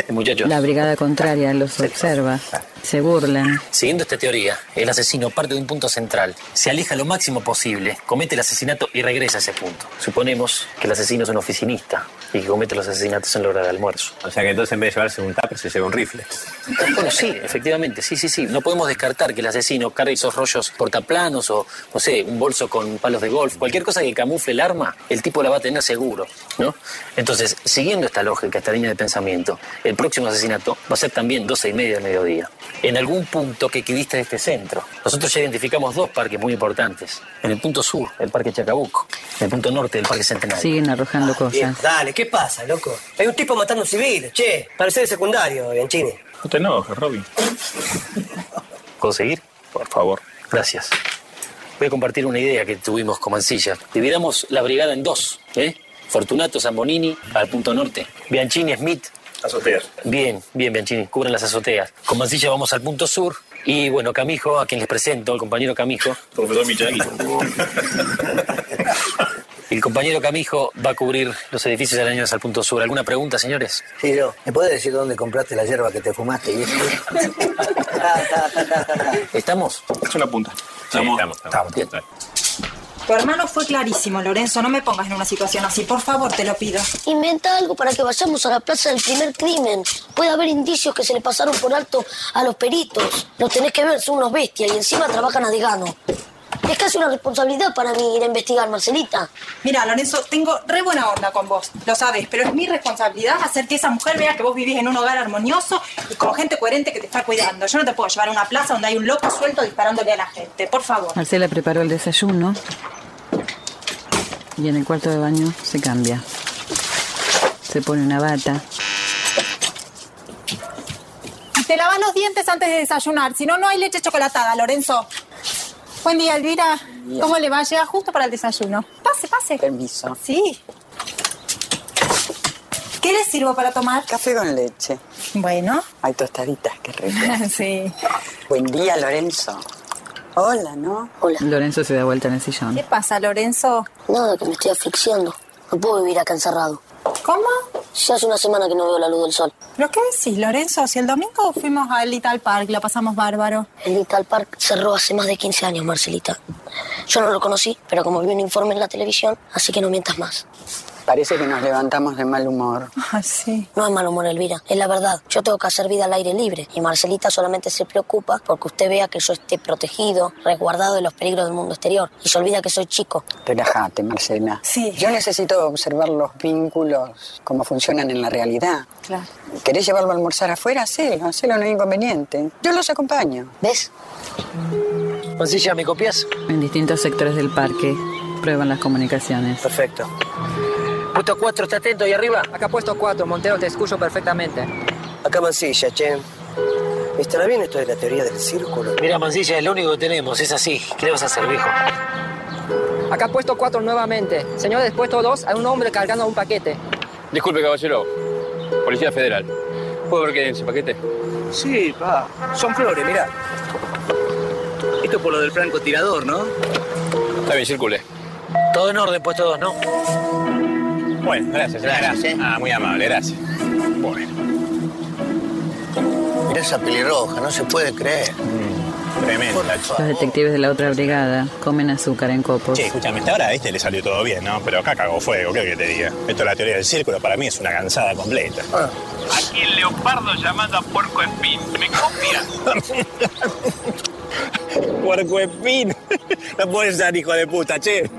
Speaker 7: Muchachos,
Speaker 4: La brigada contraria los observa. Se burlan.
Speaker 7: siguiendo esta teoría, el asesino parte de un punto central, se aleja lo máximo posible, comete el asesinato y regresa a ese punto. Suponemos que el asesino es un oficinista y que comete los asesinatos en la hora de almuerzo.
Speaker 17: O sea que entonces en vez de llevarse un tupper se lleva un rifle.
Speaker 7: Bueno, sí, efectivamente, sí, sí, sí. No podemos descartar que el asesino cargue esos rollos portaplanos o, no sé, un bolso con palos de golf, cualquier cosa que camufle el arma, el tipo la va a tener seguro, ¿no? Entonces, siguiendo esta lógica, esta línea de pensamiento, el próximo asesinato va a ser también 12 y media del mediodía, en algún punto que equidiste de este centro. Nosotros ya identificamos dos parques muy importantes. En el punto sur, el Parque Chacabuco, en el punto norte, el Parque Centenario.
Speaker 4: Siguen arrojando cosas.
Speaker 6: Dale, ¿qué pasa, loco? Hay un tipo matando civiles, che. Parece de secundario, Bianchini.
Speaker 23: No te enojes, Robin.
Speaker 7: ¿Puedo seguir? Por favor. Gracias. Voy a compartir una idea que tuvimos con Mancilla. Dividamos la brigada en dos, ¿eh? Fortunato, Zambonini, al punto norte. Bianchini, Smith.
Speaker 23: Azoteas.
Speaker 7: Bien, bien, Bianchini, cubren las azoteas. Con Mancilla vamos al punto sur. Y bueno, Camijo, a quien les presento, el compañero Camijo.
Speaker 23: Profesor Miyagi.
Speaker 7: El compañero Camijo va a cubrir los edificios aledaños al punto sur. ¿Alguna pregunta, señores?
Speaker 6: Sí, yo. ¿Me puedes decir dónde compraste la hierba que te fumaste? Y
Speaker 7: ¿Estamos?
Speaker 23: Es una punta. Estamos. estamos, estamos.
Speaker 27: Tu hermano fue clarísimo, Lorenzo. No me pongas en una situación así. Por favor, te lo pido.
Speaker 13: Inventa algo para que vayamos a la plaza del primer crimen. Puede haber indicios que se le pasaron por alto a los peritos. Los tenés que ver, son unos bestias y encima trabajan a degano. Es casi una responsabilidad para mí ir a investigar, Marcelita.
Speaker 27: Mira, Lorenzo, tengo re buena onda con vos. Lo sabes, pero es mi responsabilidad hacer que esa mujer vea que vos vivís en un hogar armonioso y con gente coherente que te está cuidando. Yo no te puedo llevar a una plaza donde hay un loco suelto disparándole a la gente. Por favor.
Speaker 4: Marcela preparó el desayuno y en el cuarto de baño se cambia. Se pone una bata.
Speaker 11: Y te lavas los dientes antes de desayunar, si no, no hay leche chocolatada, Lorenzo. Buen día, Elvira. ¿Cómo le va? Llega justo para el desayuno. Pase, pase.
Speaker 12: Permiso.
Speaker 11: Sí. ¿Qué le sirvo para tomar?
Speaker 12: Café con leche.
Speaker 11: Bueno.
Speaker 12: Hay tostaditas, qué rico.
Speaker 11: *laughs* sí.
Speaker 12: Buen día, Lorenzo. Hola, ¿no?
Speaker 13: Hola.
Speaker 4: Lorenzo se da vuelta en el sillón.
Speaker 11: ¿Qué pasa, Lorenzo?
Speaker 13: Nada, que me estoy asfixiando. No puedo vivir acá encerrado.
Speaker 11: ¿Cómo?
Speaker 13: Ya hace una semana que no veo la luz del sol.
Speaker 11: ¿Pero qué decís, Lorenzo? Si el domingo fuimos al Little Park, la pasamos bárbaro.
Speaker 13: El Little Park cerró hace más de 15 años, Marcelita. Yo no lo conocí, pero como vi un informe en la televisión, así que no mientas más.
Speaker 12: Parece que nos levantamos de mal humor.
Speaker 11: *laughs* Ah, sí.
Speaker 13: No es mal humor, Elvira, es la verdad. Yo tengo que hacer vida al aire libre y Marcelita solamente se preocupa porque usted vea que yo esté protegido, resguardado de los peligros del mundo exterior y se olvida que soy chico.
Speaker 12: Relájate, Marcela.
Speaker 11: Sí.
Speaker 12: Yo necesito observar los vínculos, cómo funcionan en la realidad.
Speaker 11: Claro.
Speaker 12: ¿Querés llevarlo a almorzar afuera? Hacelo, hacelo, no hay inconveniente. Yo los acompaño.
Speaker 13: ¿Ves?
Speaker 7: Mancilla, ¿me copias?
Speaker 4: En distintos sectores del parque prueban las comunicaciones.
Speaker 7: Perfecto. Puesto 4, ¿está atento ahí arriba?
Speaker 8: Acá puesto 4, Montero, te escucho perfectamente.
Speaker 6: Acá Mansilla, che. ¿Estará bien esto de la teoría del círculo?
Speaker 7: Mira, Mancilla, es lo único que tenemos, es así. ¿Qué le vas a hacer, viejo?
Speaker 8: Acá puesto 4 nuevamente. Señores, puesto 2, hay un hombre cargando un paquete.
Speaker 3: Disculpe, caballero. Policía Federal. ¿Puedo ver qué hay en ese paquete?
Speaker 9: Sí, pa. Son flores, mirá. Esto por lo del francotirador, ¿no?
Speaker 3: Está bien, circule.
Speaker 7: Todo en orden, puesto 2, ¿no?
Speaker 18: Bueno, gracias, gracias. Ah, muy amable, gracias.
Speaker 28: Mirá esa pelirroja, no se puede creer.
Speaker 18: Mm, Tremenda,
Speaker 4: Los detectives de la otra brigada comen azúcar en copos.
Speaker 18: Che, escúchame, hasta ahora a este le salió todo bien, ¿no? Pero acá cagó fuego, ¿qué que te diga? Esto de la teoría del círculo para mí es una cansada completa.
Speaker 3: Ah. Aquí el leopardo llamando a Puerco Espín. ¿Me
Speaker 5: *laughs*
Speaker 3: copias?
Speaker 18: Puerco Espín. *laughs* No puedes ser hijo de puta, che.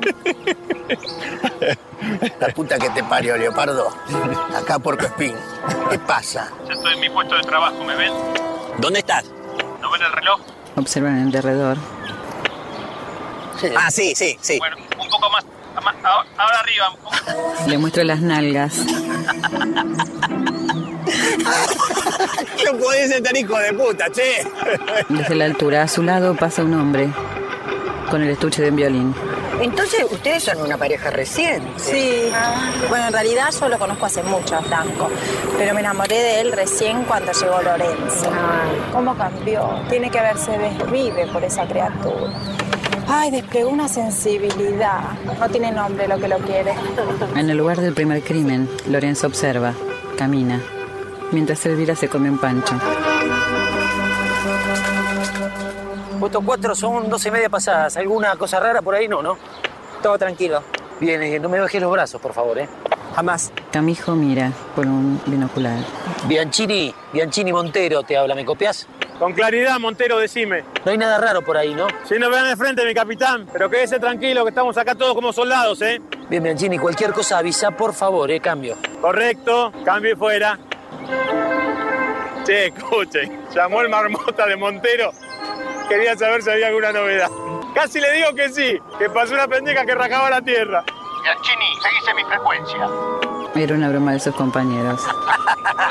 Speaker 28: La puta que te parió, Leopardo. Acá Porco Espín. ¿Qué pasa?
Speaker 3: Ya estoy en mi puesto de trabajo, ¿me ven?
Speaker 18: ¿Dónde estás?
Speaker 3: ¿No ven el reloj?
Speaker 4: Observan en derredor.
Speaker 18: Ah, sí, sí, sí.
Speaker 3: Bueno, un poco más. ama- ahora- Ahora arriba, un poco.
Speaker 4: Le muestro las nalgas.
Speaker 18: *laughs* No podés ser tan hijo de puta, che.
Speaker 4: Desde la altura a su lado pasa un hombre con el estuche de un violín.
Speaker 12: Entonces, ustedes son una pareja reciente.
Speaker 11: Sí. Bueno, en realidad yo lo conozco hace mucho a Franco, pero me enamoré de él recién cuando llegó Lorenzo. ¿Cómo cambió? Tiene que verse desvive por esa criatura. Ay, desplegó una sensibilidad. No tiene nombre lo que lo quiere.
Speaker 4: En el lugar del primer crimen, Lorenzo observa, camina, mientras Elvira se come un pancho.
Speaker 7: Puesto 4 son 12 y media pasadas. ¿Alguna cosa rara por ahí? No, ¿no? Todo tranquilo. Bien, eh, no me bajes los brazos, por favor, ¿eh? Jamás.
Speaker 4: Camijo mira por un binocular.
Speaker 7: Bianchini, Bianchini Montero te habla, ¿me copias? Con claridad, Montero, decime. No hay nada raro por ahí, ¿no?
Speaker 5: Si nos vean de frente, mi capitán, pero quédese tranquilo que estamos acá todos como soldados, ¿eh?
Speaker 7: Bien, Bianchini, cualquier cosa avisa, por favor, ¿eh? Cambio.
Speaker 5: Correcto, cambio y fuera. Che, escuchen, llamó el marmota de Montero. Quería saber si había alguna novedad. Casi le digo que sí, que pasó una pendeja que rajaba la tierra.
Speaker 3: Chini, seguís en mi frecuencia.
Speaker 4: Era una broma de sus compañeros.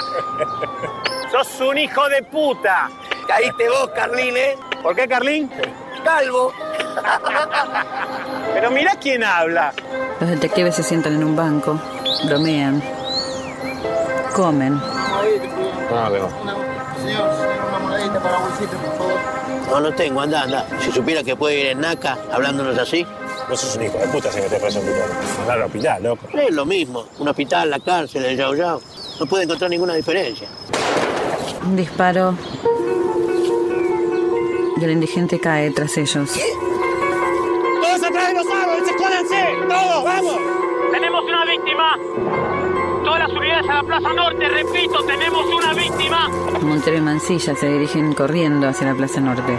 Speaker 5: *laughs* ¡Sos un hijo de puta! Caíste vos, Carlín, ¿eh? ¿Por qué, Carlín? Calvo. Pero mirá quién habla.
Speaker 4: Los detectives se sientan en un banco, bromean, comen.
Speaker 18: No, no.
Speaker 28: Señor, señor, una monedita para bolsito, por favor.
Speaker 9: No, no tengo, anda, anda. Si supiera que puede ir en Naca hablándonos así.
Speaker 18: No sos un hijo de puta si me te parece un hospital. Andar al hospital, loco.
Speaker 9: Es lo mismo. Un hospital, la cárcel, el Yao Yao. No puede encontrar ninguna diferencia.
Speaker 4: Un disparo y el indigente cae tras ellos.
Speaker 5: ¡Todos atrás! de los árboles, escóndanse! ¡Todos, vamos!
Speaker 9: Tenemos una víctima. Todas las unidades a la Plaza Norte, repito, tenemos una víctima.
Speaker 4: Montero y Mansilla se dirigen corriendo hacia la Plaza Norte.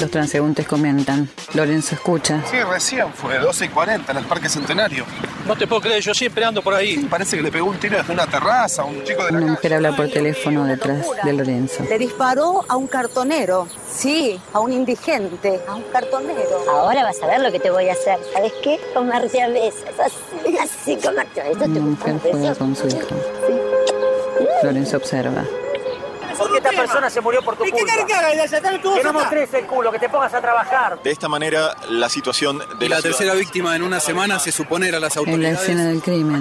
Speaker 4: Los transeúntes comentan. Lorenzo escucha.
Speaker 12: Sí, recién fue, 12 y 40 en el Parque Centenario.
Speaker 10: No te puedo creer, yo siempre ando por ahí.
Speaker 12: Parece que le pegó un tiro desde una terraza a un chico de la
Speaker 4: Una mujer habla por teléfono detrás de Lorenzo.
Speaker 14: Le disparó a un cartonero. Sí, a un indigente, a un cartonero.
Speaker 16: Ahora vas a ver lo que te voy a hacer. ¿Sabes qué? Comerte a veces. Así, así comerte a veces.
Speaker 4: Una mujer juega con su hijo. Lorenzo observa.
Speaker 5: Porque esta persona se murió por tu culpa. ¿Qué cara de Que no mostres el culo, que te pongas a trabajar.
Speaker 22: De esta manera, la situación de
Speaker 10: La tercera víctima en una semana se supone era las
Speaker 4: En la
Speaker 22: autoridades.
Speaker 4: escena del crimen,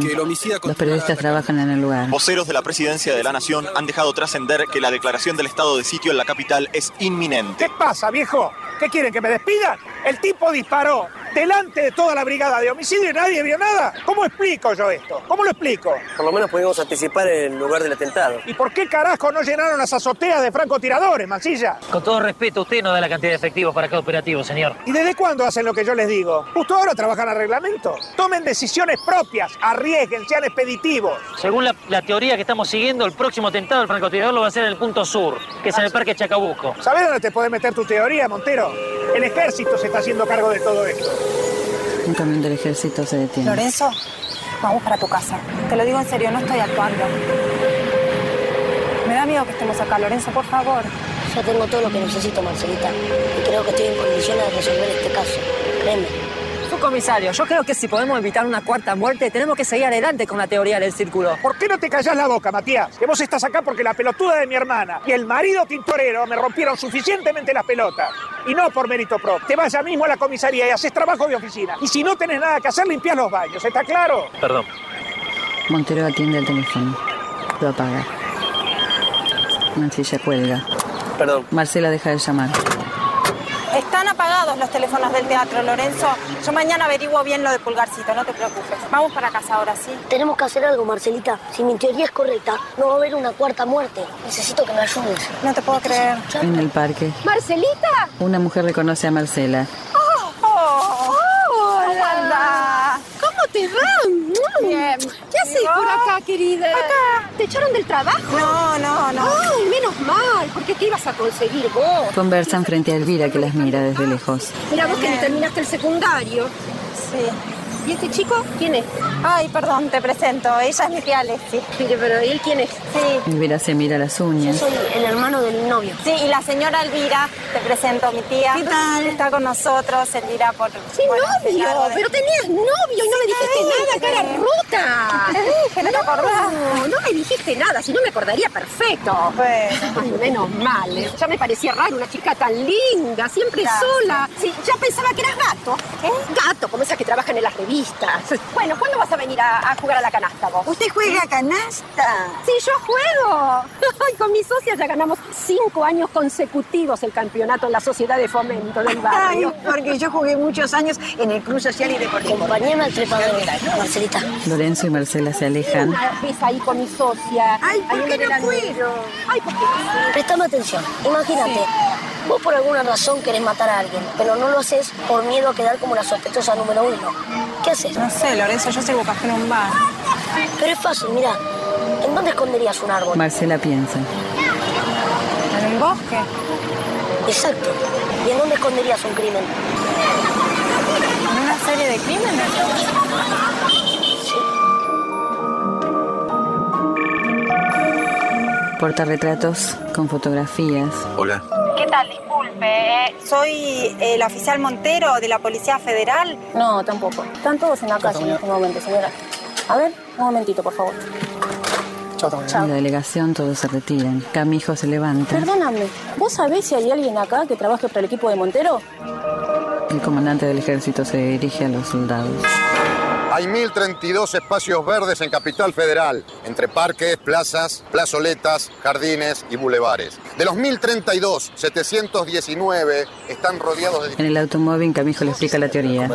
Speaker 4: los periodistas trabajan en el lugar.
Speaker 22: Voceros de la presidencia de la nación han dejado trascender que la declaración del estado de sitio en la capital es inminente.
Speaker 5: ¿Qué pasa, viejo? ¿Qué quieren, que me despidan? El tipo disparó delante de toda la brigada de homicidio y nadie vio nada. ¿Cómo explico yo esto? ¿Cómo lo explico?
Speaker 6: Por lo menos pudimos anticipar el lugar del atentado.
Speaker 5: ¿Y por qué carajo no llenaron las azoteas de francotiradores, Mancilla?
Speaker 7: Con todo respeto, usted no da la cantidad de efectivos para cada operativo, señor.
Speaker 5: ¿Y desde cuándo hacen lo que yo les digo? Justo ahora trabajan a reglamento. Tomen decisiones propias, arriesguen, sean expeditivos.
Speaker 7: Según la, la teoría que estamos siguiendo, el próximo atentado del francotirador lo va a hacer en el punto sur, que es en el Parque Chacabuco.
Speaker 5: ¿Sabes dónde te podés meter tu teoría, Montero? El ejército se está haciendo cargo de todo esto.
Speaker 4: Un camión del ejército se detiene.
Speaker 11: Lorenzo, vamos para tu casa. Te lo digo en serio, no estoy actuando. Me da miedo que estemos acá, Lorenzo, por favor.
Speaker 13: Yo tengo todo lo que necesito, Marcelita. Y creo que estoy en condiciones de resolver este caso. Créeme.
Speaker 14: Comisario, yo creo que si podemos evitar una cuarta muerte, tenemos que seguir adelante con la teoría del círculo.
Speaker 5: ¿Por qué no te callás la boca, Matías? Que vos estás acá porque la pelotuda de mi hermana y el marido tintorero me rompieron suficientemente las pelotas. Y no por mérito propio. Te vas ya mismo a la comisaría y haces trabajo de oficina. Y si no tenés nada que hacer, limpias los baños. ¿Está claro?
Speaker 7: Perdón.
Speaker 4: Montero atiende el teléfono. Lo apaga. Mancilla cuelga.
Speaker 6: Perdón.
Speaker 4: Marcela deja de llamar.
Speaker 11: Están apagados los teléfonos del teatro, Lorenzo. Yo mañana averiguo bien lo de Pulgarcito, no te preocupes. Vamos para casa ahora, ¿sí?
Speaker 13: Tenemos que hacer algo, Marcelita. Si mi teoría es correcta, no va a haber una cuarta muerte. Necesito que me ayudes.
Speaker 11: No te puedo creer.
Speaker 4: En el parque,
Speaker 11: ¿Marcelita?
Speaker 4: una mujer reconoce a Marcela.
Speaker 11: ¡Oh! oh, hola ¿Cómo te va? Bien.
Speaker 19: Mm. ¿Qué haces por acá, querida? Acá. ¿Te echaron del trabajo?
Speaker 11: No, no, no.
Speaker 19: Ay, menos mal, porque ¿qué ibas a conseguir vos?
Speaker 4: Conversan frente a Elvira que las mira desde lejos.
Speaker 19: Mira vos que ni terminaste el secundario. Sí. ¿Y este chico quién es?
Speaker 11: Ay, perdón, te presento. Ella es mi tía Alexi.
Speaker 19: Mire, pero ¿y él quién es? Sí.
Speaker 4: Elvira se mira las uñas.
Speaker 11: el hermano del novio. Sí, y la señora Elvira, te presento, mi tía. ¿Qué tal? Está con nosotros, Elvira, por... este Sí,
Speaker 19: Novio, pero tenías novio y no me dijiste nada, cara rota.
Speaker 11: Te dije, *laughs* no te acordás.
Speaker 19: No, no me dijiste nada, si no me acordaría perfecto. *laughs* Ay, menos mal. eh. Ya me parecía raro una chica tan linda, siempre
Speaker 11: Gracias.
Speaker 19: sola. Sí, ya pensaba que eras gato. ¿eh? Gato, como esas que trabajan en las revistas. Bueno, ¿cuándo vas a venir a, a jugar a la canasta vos? ¿Eh?
Speaker 11: ¿Usted juega canasta?
Speaker 19: Sí, yo juego. *laughs* Ay, con mi socia ya ganamos cinco años consecutivos el campeonato en la sociedad de fomento del
Speaker 11: Ay,
Speaker 19: barrio.
Speaker 11: porque yo jugué muchos años en el Club Social y Deportivo.
Speaker 13: Acompañame al trepador, Marcelita.
Speaker 4: Lorenzo y Marcela se alejan.
Speaker 19: Una vez ahí con mi socia. Ay,
Speaker 11: ¿por qué no
Speaker 19: Ay, porque
Speaker 13: Prestame atención. Imagínate, vos por alguna razón querés matar a alguien, pero no lo haces por miedo a quedar como la sospechosa número uno. ¿Qué haces?
Speaker 11: No sé, Lorenzo, yo soy bocajero en un bar.
Speaker 13: Pero es fácil, mira. ¿En dónde esconderías un árbol?
Speaker 4: Marcela piensa.
Speaker 11: ¿En el bosque?
Speaker 13: Exacto. ¿Y en dónde esconderías un crimen?
Speaker 11: ¿En una serie de crímenes?
Speaker 4: Portarretratos con fotografías.
Speaker 22: Hola.
Speaker 11: ¿Qué tal? Disculpe. ¿eh? Soy el oficial Montero de la Policía Federal.
Speaker 14: No, tampoco. Están todos en la calle en este momento, señora. A ver, un momentito, por favor.
Speaker 4: En la delegación todos se retiran. Camijo se levanta.
Speaker 14: Perdóname, ¿vos sabés si hay alguien acá que trabaje para el equipo de Montero?
Speaker 4: El comandante del ejército se dirige a los soldados.
Speaker 22: Hay 1.032 espacios verdes en Capital Federal, entre parques, plazas, plazoletas, jardines y bulevares. De los 1.032, 719 están rodeados de...
Speaker 4: En el automóvil, Camijo le explica la teoría.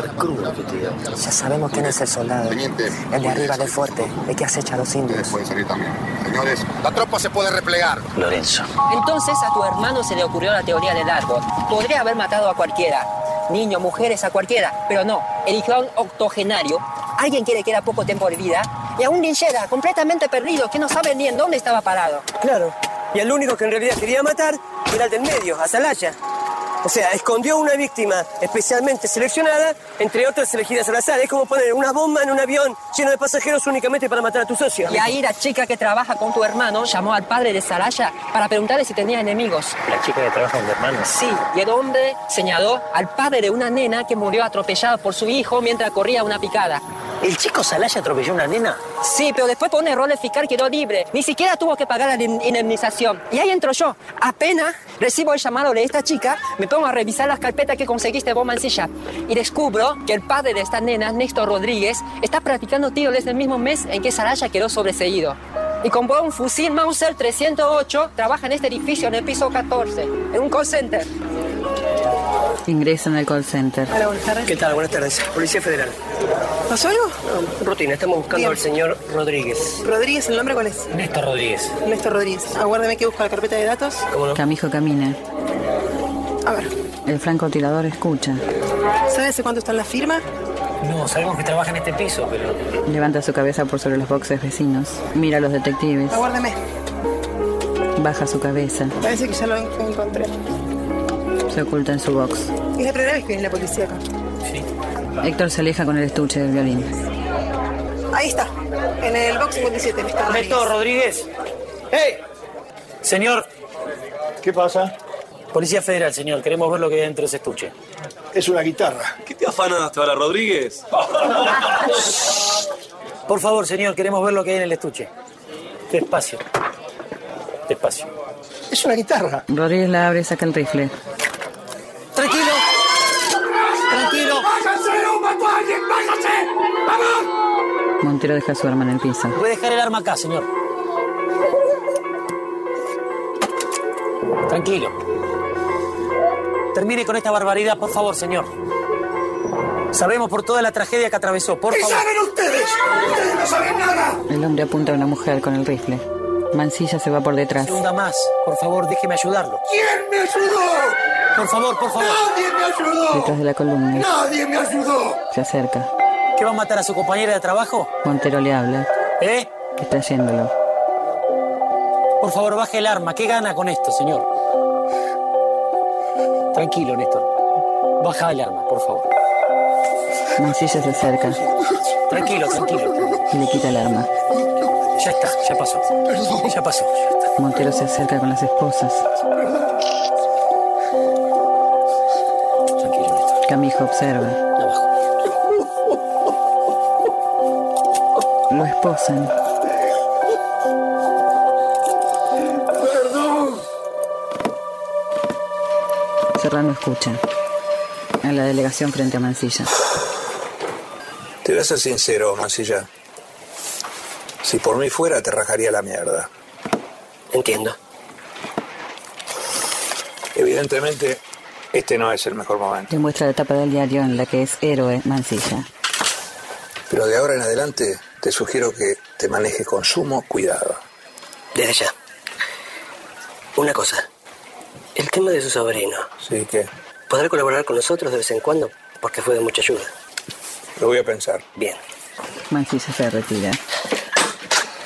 Speaker 14: Ya sabemos quién es el soldado. el de arriba del fuerte, el que acecha a los indios.
Speaker 22: Señores, la tropa se puede replegar.
Speaker 7: Lorenzo.
Speaker 8: Entonces a tu hermano se le ocurrió la teoría del árbol. Podría haber matado a cualquiera. niños, mujeres, a cualquiera. Pero no, eligió a un octogenario, alguien que le queda poco tiempo de vida, y a un linchera completamente perdido que no sabe ni en dónde estaba parado.
Speaker 6: Claro. Y el único que en realidad quería matar era el del medio, Azalaya. O sea, escondió una víctima especialmente seleccionada, entre otras elegidas al azar. Es como poner una bomba en un avión lleno de pasajeros únicamente para matar a tu socio.
Speaker 8: Y ahí la chica que trabaja con tu hermano llamó al padre de Saraya para preguntarle si tenía enemigos.
Speaker 7: La chica que trabaja con mi hermano.
Speaker 8: Sí, y el hombre señaló al padre de una nena que murió atropellada por su hijo mientras corría una picada.
Speaker 7: ¿El chico Salaya atropelló a una nena?
Speaker 8: Sí, pero después por un error el fiscal quedó libre. Ni siquiera tuvo que pagar la in- indemnización. Y ahí entro yo. Apenas recibo el llamado de esta chica, me pongo a revisar las carpetas que conseguiste vos, Mancilla. Y descubro que el padre de esta nena, Néstor Rodríguez, está practicando tiro desde el mismo mes en que Saraya quedó sobreseído. Y compró un fusil Mauser 308, trabaja en este edificio en el piso 14, en un call center.
Speaker 4: Ingresan al call center.
Speaker 6: ¿Qué tal? Buenas tardes. Policía Federal.
Speaker 1: ¿Pasó algo?
Speaker 6: No, rutina, estamos buscando
Speaker 1: Bien.
Speaker 6: al señor Rodríguez.
Speaker 1: Rodríguez, ¿el nombre cuál es?
Speaker 7: Néstor Rodríguez.
Speaker 1: Néstor Rodríguez. Aguárdame que busco la carpeta de datos.
Speaker 4: Camijo camina.
Speaker 1: A ver,
Speaker 4: El francotirador escucha.
Speaker 1: ¿sabes de cuánto está la firma?
Speaker 7: No, sabemos que trabaja en este piso, pero.
Speaker 4: Levanta su cabeza por sobre los boxes vecinos. Mira a los detectives.
Speaker 1: Aguárdame.
Speaker 4: Baja su cabeza.
Speaker 1: Parece que ya lo en- encontré.
Speaker 4: Se oculta en su box.
Speaker 1: Es la primera vez que viene la policía acá.
Speaker 4: Héctor se aleja con el estuche del violín.
Speaker 1: Ahí está, en el box 57. Néstor Rodríguez.
Speaker 10: Néstor Rodríguez. ¡Hey! Señor.
Speaker 2: ¿Qué pasa?
Speaker 7: Policía Federal, señor. Queremos ver lo que hay dentro de ese estuche.
Speaker 2: Es una guitarra.
Speaker 10: ¿Qué te afanaste ahora, Rodríguez?
Speaker 7: Por favor, señor, queremos ver lo que hay en el estuche. Despacio. Despacio.
Speaker 2: Es una guitarra.
Speaker 4: Rodríguez la abre y saca el rifle.
Speaker 10: Tranquilo. Tranquilo.
Speaker 9: ¡Váyanse! ¡Un mató a alguien! ¡Váyanse! ¡Vamos!
Speaker 4: Montero deja a su arma en el piso.
Speaker 7: Voy a dejar el arma acá, señor. Tranquilo. Termine con esta barbaridad, por favor, señor. Sabemos por toda la tragedia que atravesó, por
Speaker 9: ¿Qué
Speaker 7: favor.
Speaker 9: saben ustedes? ¡Ustedes no saben nada!
Speaker 4: El hombre apunta a una mujer con el rifle. Mancilla se va por detrás.
Speaker 7: Segunda más. Por favor, déjeme ayudarlo.
Speaker 9: ¿Quién me ayudó?
Speaker 7: Por favor, por favor.
Speaker 9: ¡Nadie me ayudó!
Speaker 4: Detrás de la columna.
Speaker 9: ¡Nadie me ayudó!
Speaker 4: Se acerca.
Speaker 7: ¿Qué va a matar a su compañera de trabajo?
Speaker 4: Montero le habla.
Speaker 7: ¿Eh?
Speaker 4: Está yéndolo.
Speaker 7: Por favor, baje el arma. ¿Qué gana con esto, señor? Tranquilo, Néstor. Baja el arma, por favor.
Speaker 4: Mancilla se acerca.
Speaker 7: Tranquilo, tranquilo.
Speaker 4: y Le quita el arma.
Speaker 7: Ya está, ya pasó. Ya pasó.
Speaker 4: Montero se acerca con las esposas. Camijo observa. Lo esposan.
Speaker 9: ¡Perdón!
Speaker 4: Serrano escucha. A la delegación frente a Mancilla.
Speaker 3: Te voy a ser sincero, Mancilla. Si por mí fuera, te rajaría la mierda. Entiendo. Evidentemente, este no es el mejor momento.
Speaker 4: Le muestra la tapa del diario en la que es héroe Mancilla.
Speaker 3: Pero de ahora en adelante, te sugiero que te manejes con sumo cuidado.
Speaker 6: Desde ya. Una cosa. El tema de su sobrino.
Speaker 3: Sí, que
Speaker 6: ¿Podrá colaborar con nosotros de vez en cuando? Porque fue de mucha ayuda.
Speaker 3: lo voy a pensar.
Speaker 6: Bien.
Speaker 4: Mancilla se retira.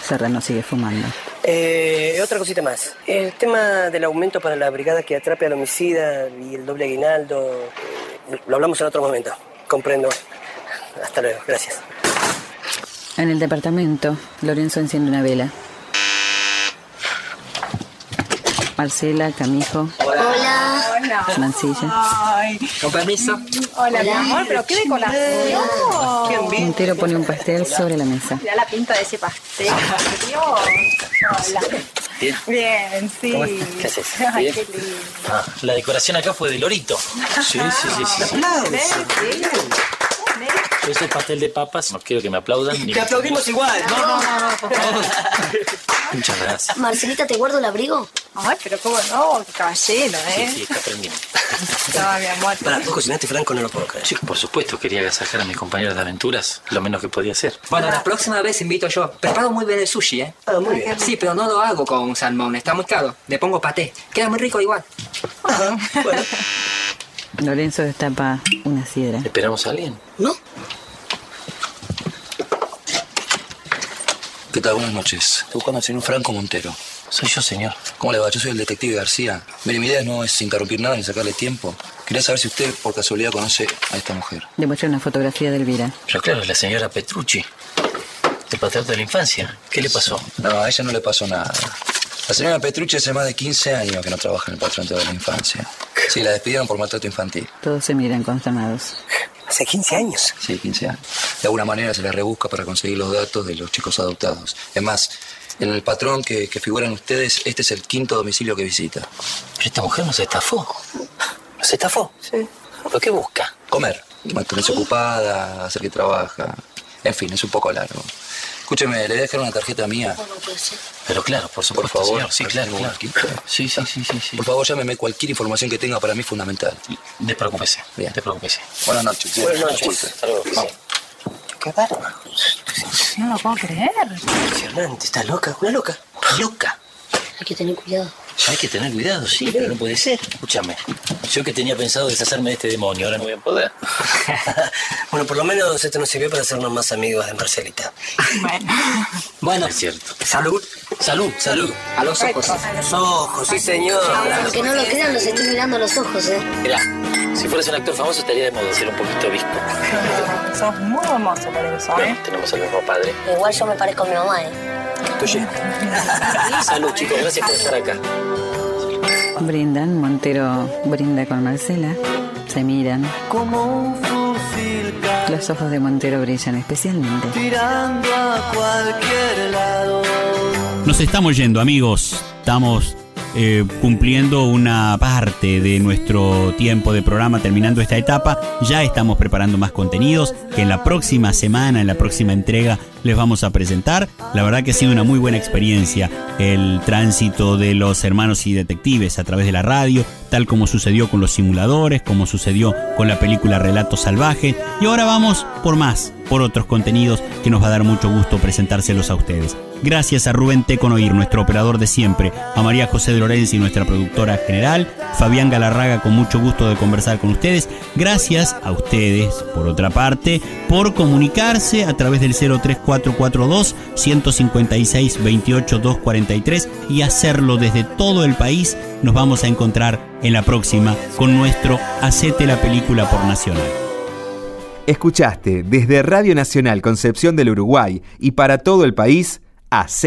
Speaker 4: Serrano sigue fumando.
Speaker 6: Eh, otra cosita más. El tema del aumento para la brigada que atrape al homicida y el doble aguinaldo. eh, Lo hablamos en otro momento. Comprendo. Hasta luego. Gracias.
Speaker 4: En el departamento, Lorenzo enciende una vela. Marcela, Camijo,
Speaker 1: Hola.
Speaker 4: Mancilla.
Speaker 1: Ay.
Speaker 4: Con permiso.
Speaker 1: Hola, mi amor, pero qué decoración.
Speaker 4: Montero pone un pastel sobre la mesa.
Speaker 1: Mirá la pinta de ese
Speaker 7: *laughs*
Speaker 1: pastel. Dios. Hola.
Speaker 7: Bien.
Speaker 1: Bien, sí.
Speaker 7: ¿Cómo estás? ¿Qué haces?
Speaker 1: Ay,
Speaker 7: Bien.
Speaker 1: qué lindo.
Speaker 7: Ah, la decoración acá fue de lorito. Sí, sí, sí. sí.
Speaker 1: ¿Ves? Sí.
Speaker 7: Yo soy pastel de papas. No quiero que me aplaudan. ni me-
Speaker 9: Pues
Speaker 6: igual.
Speaker 1: No, no, no, no, por favor.
Speaker 7: Muchas gracias.
Speaker 1: Marcelita, ¿te guardo el abrigo? Ay, pero cómo no, qué caballero, ¿eh?
Speaker 7: Sí, está aprendiendo.
Speaker 1: No, mi amor.
Speaker 7: cocinaste franco? No lo puedo creer. Sí, por supuesto quería agasajar a mis compañeros de aventuras lo menos que podía hacer.
Speaker 8: Bueno, la próxima vez invito yo. Preparo muy bien el sushi, ¿eh?
Speaker 6: muy
Speaker 1: bien.
Speaker 8: Sí, pero no lo hago con salmón, está muy caro. Le pongo paté. Queda muy rico igual.
Speaker 4: Lorenzo destapa una sidra.
Speaker 7: ¿Esperamos a alguien?
Speaker 13: ¿No?
Speaker 20: ¿Qué tal? Buenas noches. Estoy buscando al señor Franco Montero. Soy yo, señor. ¿Cómo le va? Yo soy el detective García. Mire, mi idea no es interrumpir nada ni sacarle tiempo. Quería saber si usted, por casualidad, conoce a esta mujer.
Speaker 4: Le muestra una fotografía de Elvira.
Speaker 7: Pero claro, es la señora Petrucci. El patriarca de la infancia. ¿Qué le pasó?
Speaker 20: No, a ella no le pasó nada. La señora Petrucci hace más de 15 años que no trabaja en el patrón de la infancia. Sí, la despidieron por maltrato infantil.
Speaker 4: Todos se miran consternados.
Speaker 20: ¿Hace 15 años? Sí, 15 años. De alguna manera se la rebusca para conseguir los datos de los chicos adoptados. Es más, en el patrón que, que figuran ustedes, este es el quinto domicilio que visita.
Speaker 7: Pero esta mujer nos estafó. ¿Nos estafó? Oh, Sí. ¿Pero qué busca?
Speaker 20: Comer, mantenerse ocupada, hacer que trabaja. En fin, es un poco largo. Escúcheme, le voy a dejar una tarjeta mía.
Speaker 7: Pero claro, por supuesto.
Speaker 20: Por favor,
Speaker 7: señor. Sí, claro,
Speaker 20: algún
Speaker 7: claro. Sí, sí, sí, sí, sí.
Speaker 20: Por favor, llámeme cualquier información que tenga para mí fundamental.
Speaker 7: Despreocúpese.
Speaker 20: Bien.
Speaker 7: Despreocúpese.
Speaker 20: Buenas noches.
Speaker 7: Buenas noches. Hasta luego.
Speaker 20: Vamos.
Speaker 6: Qué bárbaro.
Speaker 29: No lo puedo creer.
Speaker 6: Impresionante. Está loca, una loca. Loca.
Speaker 13: Hay que tener cuidado.
Speaker 7: Hay que tener cuidado, sí, pero no puede ser. Escúchame. Yo que tenía pensado deshacerme de este demonio, ahora no voy a poder.
Speaker 6: *laughs* Bueno, por lo menos esto nos sirvió para hacernos más amigos de Marcelita.
Speaker 7: Bueno. *laughs* Es cierto.
Speaker 6: Salud.
Speaker 7: Salud, salud.
Speaker 6: A los ojos. A los ojos, sí, señor.
Speaker 13: Aunque no lo crean, los estoy mirando a los ojos, ¿eh?
Speaker 7: Mirá, si fueras un actor famoso estaría de moda ser un poquito obispo.
Speaker 29: Sos muy hermoso para eso, ¿eh?
Speaker 7: Bueno, tenemos al mismo padre.
Speaker 13: Igual yo me parezco a mi mamá, ¿eh?
Speaker 7: Oye.
Speaker 13: *laughs*
Speaker 7: Salud, chicos. Gracias por estar acá.
Speaker 4: Brindan, Montero brinda con Marcela. Se miran.
Speaker 9: Como un fusil cae
Speaker 4: Los ojos de Montero brillan especialmente.
Speaker 9: tirando a cualquier lado.
Speaker 2: Nos estamos yendo, amigos. Estamos eh, cumpliendo una parte de nuestro tiempo de programa, terminando esta etapa. Ya estamos preparando más contenidos que en la próxima semana, en la próxima entrega, les vamos a presentar. La verdad que ha sido una muy buena experiencia el tránsito de los hermanos y detectives a través de la radio, tal como sucedió con los simuladores, como sucedió con la película Relatos Salvajes. Y ahora vamos por más, por otros contenidos que nos va a dar mucho gusto presentárselos a ustedes. Gracias a Rubén Teconoir, nuestro operador de siempre, a María José de Lorenzi, nuestra productora general, Fabián Galarraga, con mucho gusto de conversar con ustedes. Gracias a ustedes, por otra parte, por comunicarse a través del 03442 156 28 243 y hacerlo desde todo el país. Nos vamos a encontrar en la próxima con nuestro Hacete la película por Nacional.
Speaker 1: Escuchaste desde Radio Nacional Concepción del Uruguay y para todo el país, Hacete